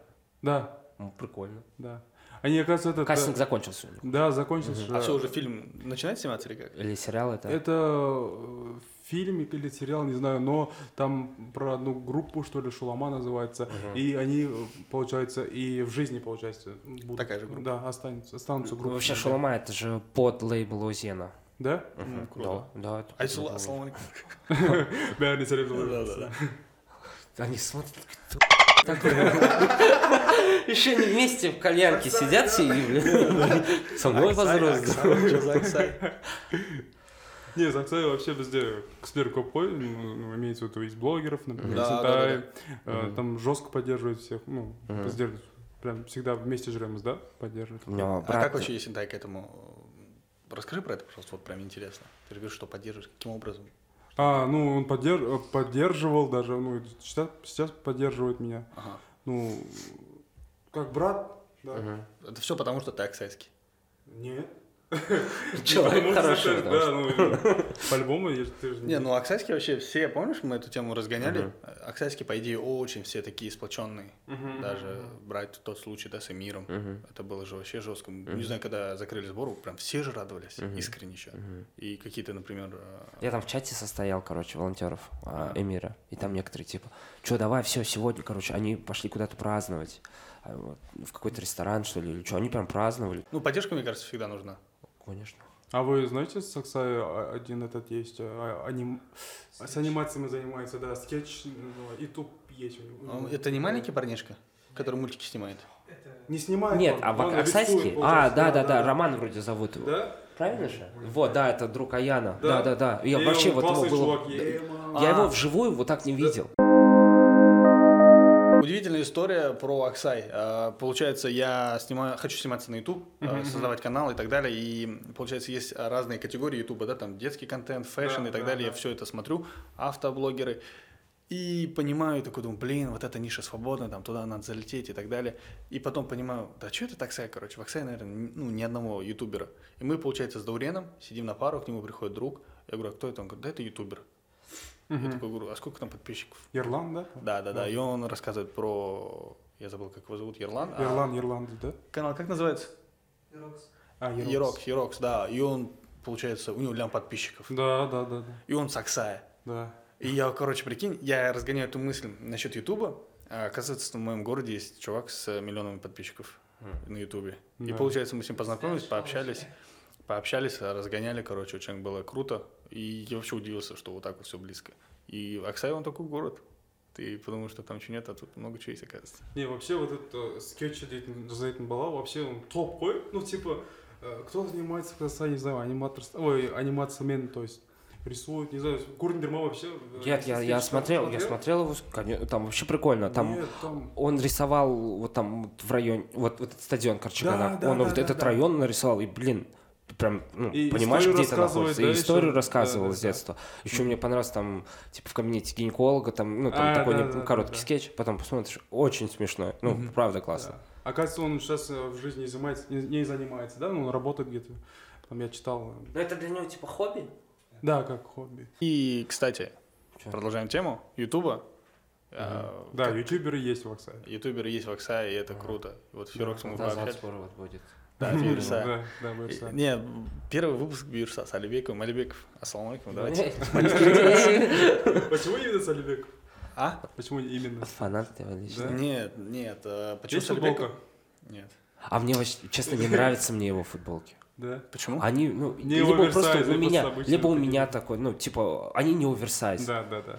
Speaker 3: Да,
Speaker 2: М, Прикольно.
Speaker 3: да. Они, оказывается, этот... э,
Speaker 2: Кастинг закончился у него.
Speaker 3: Да, закончился.
Speaker 1: А что, уже фильм начинает сниматься или как?
Speaker 2: Или сериал это?
Speaker 3: Это э, фильмик или сериал, не знаю, но там про одну группу, что ли, Шулама называется. И они, э, получается, и в жизни, получается, будут.
Speaker 1: Такая же группа.
Speaker 3: Да, останутся, останутся
Speaker 2: Ну,
Speaker 3: группы.
Speaker 2: Вообще
Speaker 3: Да.
Speaker 2: Шулама это же под лейбл Озена.
Speaker 3: Да?
Speaker 1: М,
Speaker 2: Да,
Speaker 1: Ну, круто.
Speaker 2: да. это
Speaker 1: А
Speaker 2: круто.
Speaker 3: Да, они все время
Speaker 1: Да-да-да.
Speaker 2: Они смотрят, кто такой. Еще не вместе в кальянке сидят все, и, блин, со мной возраст.
Speaker 1: А
Speaker 3: Не, Заксай вообще везде супер крутой, ну, ну, имеется в виду из блогеров, например,
Speaker 1: Да,
Speaker 3: Сентай,
Speaker 1: да,
Speaker 3: э,
Speaker 2: Мгм.
Speaker 3: там жестко поддерживает всех, ну,
Speaker 2: Мгм.
Speaker 3: поддерживает, прям всегда вместе жрем, да, поддерживает.
Speaker 2: У меня
Speaker 1: А как
Speaker 2: брат,
Speaker 1: вообще если так к этому? э, Расскажи про это, просто вот прям интересно. Ты же говоришь, что поддерживаешь, каким образом?
Speaker 3: А, ну, он поддерж- э, поддерживал даже, ну, и сейчас, сейчас поддерживает меня,
Speaker 1: Ага.
Speaker 3: ну, как брат, да.
Speaker 2: Мгм.
Speaker 1: Это все потому, что ты аксайский.
Speaker 3: Нет.
Speaker 2: Человек хороший, потому
Speaker 3: да, ну, по-любому, я же- ты же
Speaker 1: Не, ну Оксайский вообще все, помнишь, мы эту тему разгоняли?
Speaker 2: Мгм.
Speaker 1: Оксайский, по идее, очень все такие сплоченные.
Speaker 3: Мгм.
Speaker 1: Даже брать тот случай, да, с Эмиром.
Speaker 2: Мгм.
Speaker 1: Это было же вообще жестко. Не знаю, когда закрыли сбору, прям все же радовались, искренне еще. И какие-то, например, э,
Speaker 2: Я там в чате состоял, короче, волонтеров а, Эмира. И там некоторые типа, что, давай, все, сегодня, короче, они пошли куда-то праздновать. А, вот, В какой-то ресторан, что ли, или что. Они прям праздновали.
Speaker 1: ну, поддержка, мне кажется, всегда нужна.
Speaker 2: Конечно.
Speaker 3: А вы знаете, с Аксай а, один этот есть, а, а, аним- с анимациями занимается, да, скетч, ну, и туп есть у него.
Speaker 1: А Он- Это не маленький парнишка, который мультики снимает?
Speaker 3: Не снимает
Speaker 2: Нет,
Speaker 3: он,
Speaker 2: а
Speaker 3: он
Speaker 2: Вак-
Speaker 3: рисует,
Speaker 2: Оксайский? А,
Speaker 3: получается,
Speaker 2: да-да-да, Роман вроде зовут его.
Speaker 3: Да?
Speaker 2: Правильно же? Вот, да, это друг Аяна.
Speaker 3: Да.
Speaker 2: Да-да-да. Я
Speaker 3: И
Speaker 2: вообще
Speaker 3: он
Speaker 2: вот его
Speaker 3: классный
Speaker 2: было...
Speaker 3: чувак, е, мама.
Speaker 2: Я
Speaker 1: А.
Speaker 2: его вживую вот так не видел.
Speaker 1: Удивительная история про Аксай. Э, Получается, я снимаю, хочу сниматься на YouTube, э, создавать канал и так далее. И получается, есть э, разные категории YouTube, да, там детский контент, фэшн
Speaker 3: Да,
Speaker 1: и так
Speaker 3: да,
Speaker 1: далее. Я
Speaker 3: да.
Speaker 1: все это смотрю, автоблогеры. И понимаю, такой думаю, блин, вот эта ниша свободна, там туда надо залететь и так далее. И потом понимаю, да что это таксай, короче, в Аксай, наверное, ну, ни одного ютубера. И мы, получается, с Дауреном сидим на пару, к нему приходит друг. Я говорю, а кто это? Он говорит, да это ютубер. Я такой говорю, а сколько там подписчиков?
Speaker 3: Ерлан, да?
Speaker 1: Да, да, да. И он рассказывает про... Я забыл, как его зовут, Ерлан. а
Speaker 3: Ерлан, Ерлан, да?
Speaker 1: Канал как называется?
Speaker 3: А, Ерокс.
Speaker 1: Ерокс, Ерокс, да. И он, получается, у него лям подписчиков.
Speaker 3: Да, да, да, да.
Speaker 1: И он саксая.
Speaker 3: да.
Speaker 1: И я, короче, прикинь, я разгоняю эту мысль насчет Ютуба. А, Оказывается, в моем городе есть чувак с э, миллионами подписчиков на Ютубе. И
Speaker 3: Хм. Да.
Speaker 1: получается, мы с ним познакомились, пообщались. Пообщались, а, разгоняли, короче, очень было круто. И я вообще удивился, что вот так вот все близко. И Аксай, он такой город. Ты потому что там чего нет, а тут много чего есть, оказывается.
Speaker 3: Не, вообще вот этот э, скетч деятель- деятель была, вообще он топ қой. Ну, типа, э, кто занимается в Казахстане, не знаю, аниматор... Ой, анимациямен, то есть рисует, не знаю, Гурндерма вообще... э,
Speaker 2: Нет, я,
Speaker 3: скетч
Speaker 2: я
Speaker 3: там
Speaker 2: смотрел, я смотрел его, коне- там вообще прикольно, там
Speaker 3: Нет, там...
Speaker 2: он рисовал вот там вот в районе, вот, вот этот стадион Корчагана,
Speaker 3: Да, да,
Speaker 2: он
Speaker 3: да,
Speaker 2: вот
Speaker 3: да,
Speaker 2: этот
Speaker 3: да.
Speaker 2: район нарисовал, и, блин, прям, ну,
Speaker 3: И
Speaker 2: понимаешь,
Speaker 3: историю
Speaker 2: где это
Speaker 3: рассказывает,
Speaker 2: находится,
Speaker 3: да,
Speaker 2: и
Speaker 3: ещё?
Speaker 2: историю
Speaker 3: Да,
Speaker 2: рассказывал
Speaker 3: да,
Speaker 2: с
Speaker 3: да.
Speaker 2: детства. Еще мне понравился там, типа, в кабинете гинеколога, там, ну, там
Speaker 3: А,
Speaker 2: такой
Speaker 3: да,
Speaker 2: не-
Speaker 3: да, да,
Speaker 2: короткий
Speaker 3: да.
Speaker 2: скетч, потом посмотришь, очень смешно, ну,
Speaker 1: Мгм.
Speaker 2: правда классно.
Speaker 3: Да. Оказывается, он сейчас э, в жизни не занимается, не, не занимается, да? Ну, он работает где-то. Там я читал. э,
Speaker 2: Но это для него, типа, хобби?
Speaker 3: Да, как хобби.
Speaker 1: И, кстати,
Speaker 2: Чё?
Speaker 1: продолжаем тему Ютуба. А,
Speaker 3: Да,
Speaker 1: как-
Speaker 3: ютуберы есть в Оксайе.
Speaker 1: Ютуберы есть в Оксае, и это круто. Вот Фирокс мы пообщались.
Speaker 2: скоро вот будет.
Speaker 1: Да, Фирокса.
Speaker 3: Да, да, в
Speaker 1: И-
Speaker 3: Оксае.
Speaker 1: Не, первый выпуск Бирса с Алибековым. Алибеков, ассаламу алейкум, давайте.
Speaker 3: Почему именно Салибек?
Speaker 1: А?
Speaker 3: Почему именно?
Speaker 2: Фанат тебя лично.
Speaker 3: Да?
Speaker 1: Нет, нет, э, почему
Speaker 3: Есть
Speaker 1: с Алибеком?
Speaker 3: футболка?
Speaker 1: Нет.
Speaker 2: А мне, вообще, честно, не нравятся мне его футболки.
Speaker 3: Да.
Speaker 1: Почему?
Speaker 2: Они, ну,
Speaker 3: Не
Speaker 2: либо
Speaker 3: оверсайз,
Speaker 2: просто у
Speaker 3: они
Speaker 2: меня,
Speaker 3: просто обычные
Speaker 2: либо у
Speaker 3: такие.
Speaker 2: меня такой, ну, типа, они не оверсайз.
Speaker 3: Да, да, да.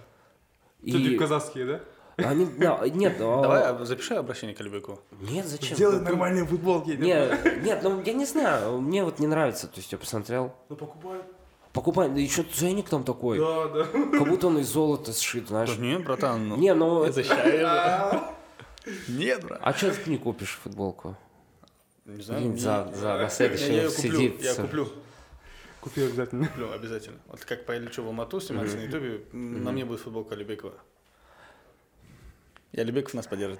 Speaker 2: И
Speaker 3: Чё-то казахские, да?
Speaker 2: они, да, нет, а,
Speaker 1: Давай а, запиши обращение к Алибеку.
Speaker 2: нет, зачем?
Speaker 3: Сделай
Speaker 2: Ну,
Speaker 3: нормальные футболки.
Speaker 2: Нет, нет, ну, я не знаю, мне вот не нравится, то есть я посмотрел,
Speaker 3: Ну покупай.
Speaker 2: покупай, да еще ценник там такой,
Speaker 3: Да, да.
Speaker 2: как будто он из золота сшит, знаешь.
Speaker 1: Нет, братан, ну,
Speaker 2: Не, ну,
Speaker 1: это ща- Нет, брат.
Speaker 2: а что ты не купишь футболку?
Speaker 1: Не знаю.
Speaker 2: Блин,
Speaker 1: не-
Speaker 2: за, за, на
Speaker 1: Я- Я
Speaker 2: следующем
Speaker 1: её куплю,
Speaker 2: сидит.
Speaker 1: я куплю.
Speaker 3: Купи обязательно.
Speaker 1: Куплю обязательно. Вот как полечу в Алмату сниматься на Ютубе, м, на мне будет футболка Алибекова. И Алибеков нас поддержит.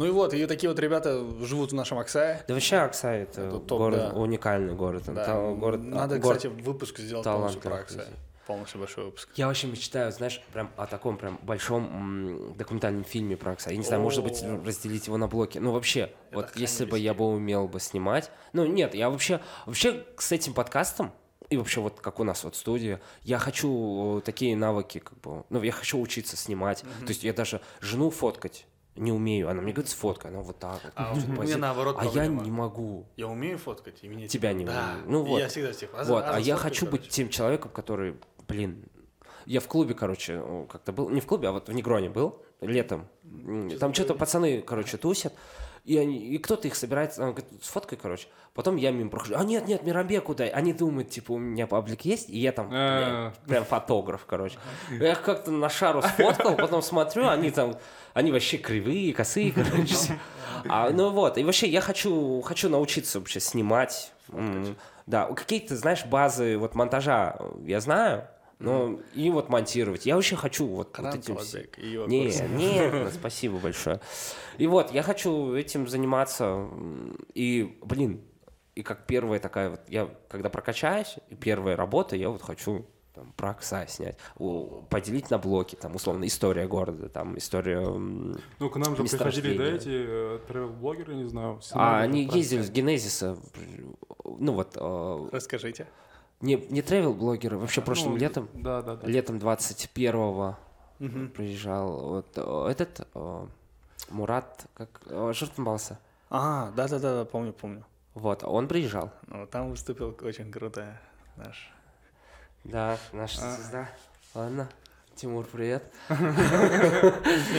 Speaker 1: Ну и вот, и такие вот ребята живут в нашем Аксае.
Speaker 2: Да вообще Аксай это,
Speaker 1: Это топ,
Speaker 2: город,
Speaker 1: да.
Speaker 2: уникальный город. он
Speaker 1: Да,
Speaker 2: там город, а,
Speaker 1: Надо,
Speaker 2: город-
Speaker 1: кстати, выпуск сделать
Speaker 2: талантов,
Speaker 1: полностью про Аксай.
Speaker 2: друзья.
Speaker 1: Полностью большой выпуск.
Speaker 2: Я вообще мечтаю, знаешь, прям о таком прям большом м, документальном фильме про Акса. Я не знаю, может быть,
Speaker 1: О.
Speaker 2: разделить его на блоки. Ну, вообще, вот если бы
Speaker 1: хранилище.
Speaker 2: я бы умел бы снимать. Ну, нет, я вообще, вообще с этим подкастом, и вообще вот как у нас вот студия, я хочу э, такие навыки, как бы, ну, я хочу учиться снимать. То есть я даже жену фоткать не умею. Она мне говорит, сфоткай, она вот так вот.
Speaker 1: А
Speaker 2: ну,
Speaker 1: у меня
Speaker 2: позит-
Speaker 1: наоборот
Speaker 2: А я
Speaker 1: проблема.
Speaker 2: не могу.
Speaker 1: Я умею фоткать, и меня
Speaker 2: Тебя
Speaker 1: типа,
Speaker 2: не
Speaker 1: да.
Speaker 2: умею. Ну
Speaker 1: И
Speaker 2: вот.
Speaker 1: я всегда типа,
Speaker 2: Вот, а я
Speaker 1: зафоткай,
Speaker 2: хочу быть
Speaker 1: короче.
Speaker 2: тем человеком, который, блин, я в клубе, короче, ну, как-то был, не в клубе, а вот в Негроне был летом. М, Там что-то пацаны, короче, тусят, и, они, и кто-то их собирает, он говорит, сфоткай, короче. Потом я мимо прохожу, а нет, нет, Мирамбеку дай. Они думают, типа, у меня паблик есть, и я там
Speaker 3: А.
Speaker 2: блядь, прям фотограф, короче. Я их как-то на шару сфоткал, потом смотрю, они там, они вообще кривые, косые, короче. А, ну вот, и вообще я хочу, хочу научиться вообще снимать. М, Да, какие-то, знаешь, базы вот монтажа э, я знаю, но и вот монтировать. Я вообще хочу вот, вот
Speaker 1: Кран
Speaker 2: этим... всем.
Speaker 1: Колобек и его
Speaker 2: Не,
Speaker 1: курсы.
Speaker 2: не, спасибо большое. И вот, я хочу этим заниматься. м, И, блин, и как первая такая вот, я когда прокачаюсь, и первая работа, я вот хочу там, про Акса снять, о, поделить на блоки, там, условно, история города, там, история... м,
Speaker 3: Ну, к нам же
Speaker 2: Места
Speaker 3: приходили, да,
Speaker 2: рождения.
Speaker 3: эти тревел-блогеры, не знаю.
Speaker 2: А,
Speaker 3: снимали
Speaker 2: они
Speaker 3: про-
Speaker 2: ездили с Генезиса, ну вот, э,
Speaker 1: Расскажите.
Speaker 2: не, не тревел-блогеры, вообще прошлым
Speaker 3: Ну,
Speaker 2: летом,
Speaker 3: Да, да, да.
Speaker 2: летом 21-го приезжал вот э, этот э, Мурат, как э, Журтанбалса.
Speaker 1: А, да-да-да, помню, помню.
Speaker 2: Вот, он приезжал.
Speaker 1: Ну, там выступил очень круто наш.
Speaker 2: Да, наша
Speaker 3: А.
Speaker 2: звезда. Ладно. Тимур, привет.
Speaker 1: Не,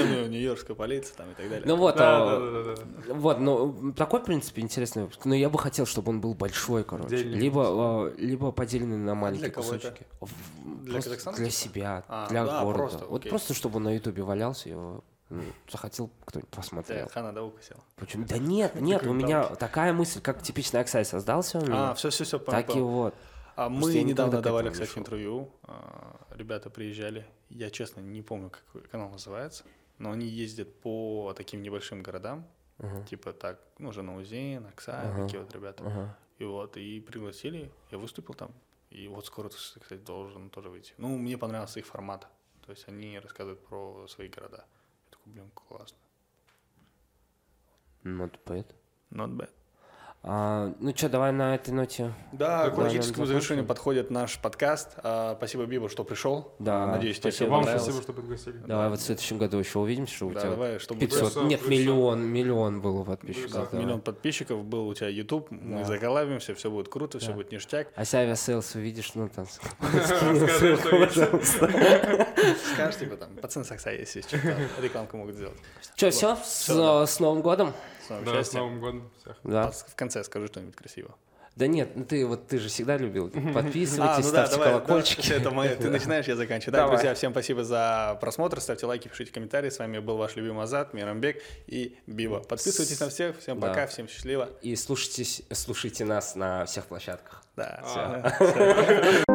Speaker 1: ну, нью-йоркская полиция там и так далее.
Speaker 2: Ну вот,
Speaker 3: Да,
Speaker 2: а,
Speaker 3: да, да, да, да.
Speaker 2: вот, ну, такой, в принципе, интересный выпуск. Но я бы хотел, чтобы он был большой, короче.
Speaker 3: Отдельный А
Speaker 2: либо, а, либо поделенный на маленькие
Speaker 1: кого это?
Speaker 2: кусочки. В-
Speaker 1: Для
Speaker 2: просто
Speaker 1: Казахстана,
Speaker 2: Для
Speaker 1: типа?
Speaker 2: себя,
Speaker 1: А,
Speaker 2: для
Speaker 1: да,
Speaker 2: города.
Speaker 1: просто,
Speaker 2: вот
Speaker 1: окей.
Speaker 2: просто, чтобы он на ютубе валялся, его м, захотел кто-нибудь посмотрел.
Speaker 1: Да, Хана Даука сел.
Speaker 2: Почему? Да нет, нет, у меня такая мысль, как типичный Аксай создался у
Speaker 1: А,
Speaker 2: меня.
Speaker 1: все, все, все,
Speaker 2: Так и вот.
Speaker 1: А мы
Speaker 2: Просто я никогда
Speaker 1: недавно
Speaker 2: к
Speaker 1: давали,
Speaker 2: этому не
Speaker 1: кстати,
Speaker 2: шел.
Speaker 1: интервью. а, Ребята приезжали. Я, честно, не помню, как канал называется, но они ездят по таким небольшим городам, типа так, ну, Жанаузен, Аксай, такие вот ребята. И вот, и пригласили, я выступил там. И вот скоро, кстати, должен тоже выйти. Ну, мне понравился их формат. То есть они рассказывают про свои города. Я такой, блин, классно.
Speaker 2: Ну, вот поэт.
Speaker 1: Not bad.
Speaker 2: А, ну что, давай на этой ноте.
Speaker 1: Да, к
Speaker 2: Тогда,
Speaker 1: логическому
Speaker 2: наверное,
Speaker 1: завершению подходит наш подкаст. А, Спасибо, Биба, что пришел. А,
Speaker 2: Да,
Speaker 1: Надеюсь, тебе
Speaker 2: спасибо.
Speaker 1: всё
Speaker 3: Вам
Speaker 1: понравилось.
Speaker 3: спасибо, что пригласили.
Speaker 2: Давай вот в следующем году еще увидимся, что у
Speaker 1: Да,
Speaker 2: тебя
Speaker 1: давай, чтобы
Speaker 2: 500,
Speaker 3: Плюсов,
Speaker 2: нет,
Speaker 3: плюсов.
Speaker 2: миллион, миллион было подписчиков. да.
Speaker 1: миллион подписчиков был у тебя YouTube, мы заколабимся, все будет круто, все будет ништяк.
Speaker 2: А если авиасейлс увидишь, ну там... с-
Speaker 3: Расскажи, что есть.
Speaker 1: Скажешь, типа там, пацан Сакса, если есть что-то, рекламку могут сделать.
Speaker 2: Че, все?
Speaker 1: да.
Speaker 2: С Новым годом?
Speaker 1: С новым
Speaker 3: Да, с
Speaker 1: счастьем.
Speaker 3: Новым годом всех.
Speaker 2: Да.
Speaker 1: Пац, В конце скажи что-нибудь красиво.
Speaker 2: Да нет, ну ты вот ты же всегда любил.
Speaker 1: А,
Speaker 2: Подписывайтесь,
Speaker 1: ну да,
Speaker 2: ставьте
Speaker 1: давай,
Speaker 2: колокольчики.
Speaker 1: да, это мое. Ты начинаешь, я заканчиваю. Да,
Speaker 2: Давай.
Speaker 1: друзья, всем спасибо за просмотр. Ставьте лайки, пишите комментарии. С вами был ваш любимый Азат, Мирамбек и Бива. Подписывайтесь на всех. Всем
Speaker 2: Да.
Speaker 1: пока, всем счастливо.
Speaker 2: И слушайте, слушайте нас на всех площадках.
Speaker 1: Да,
Speaker 3: А.
Speaker 1: всё.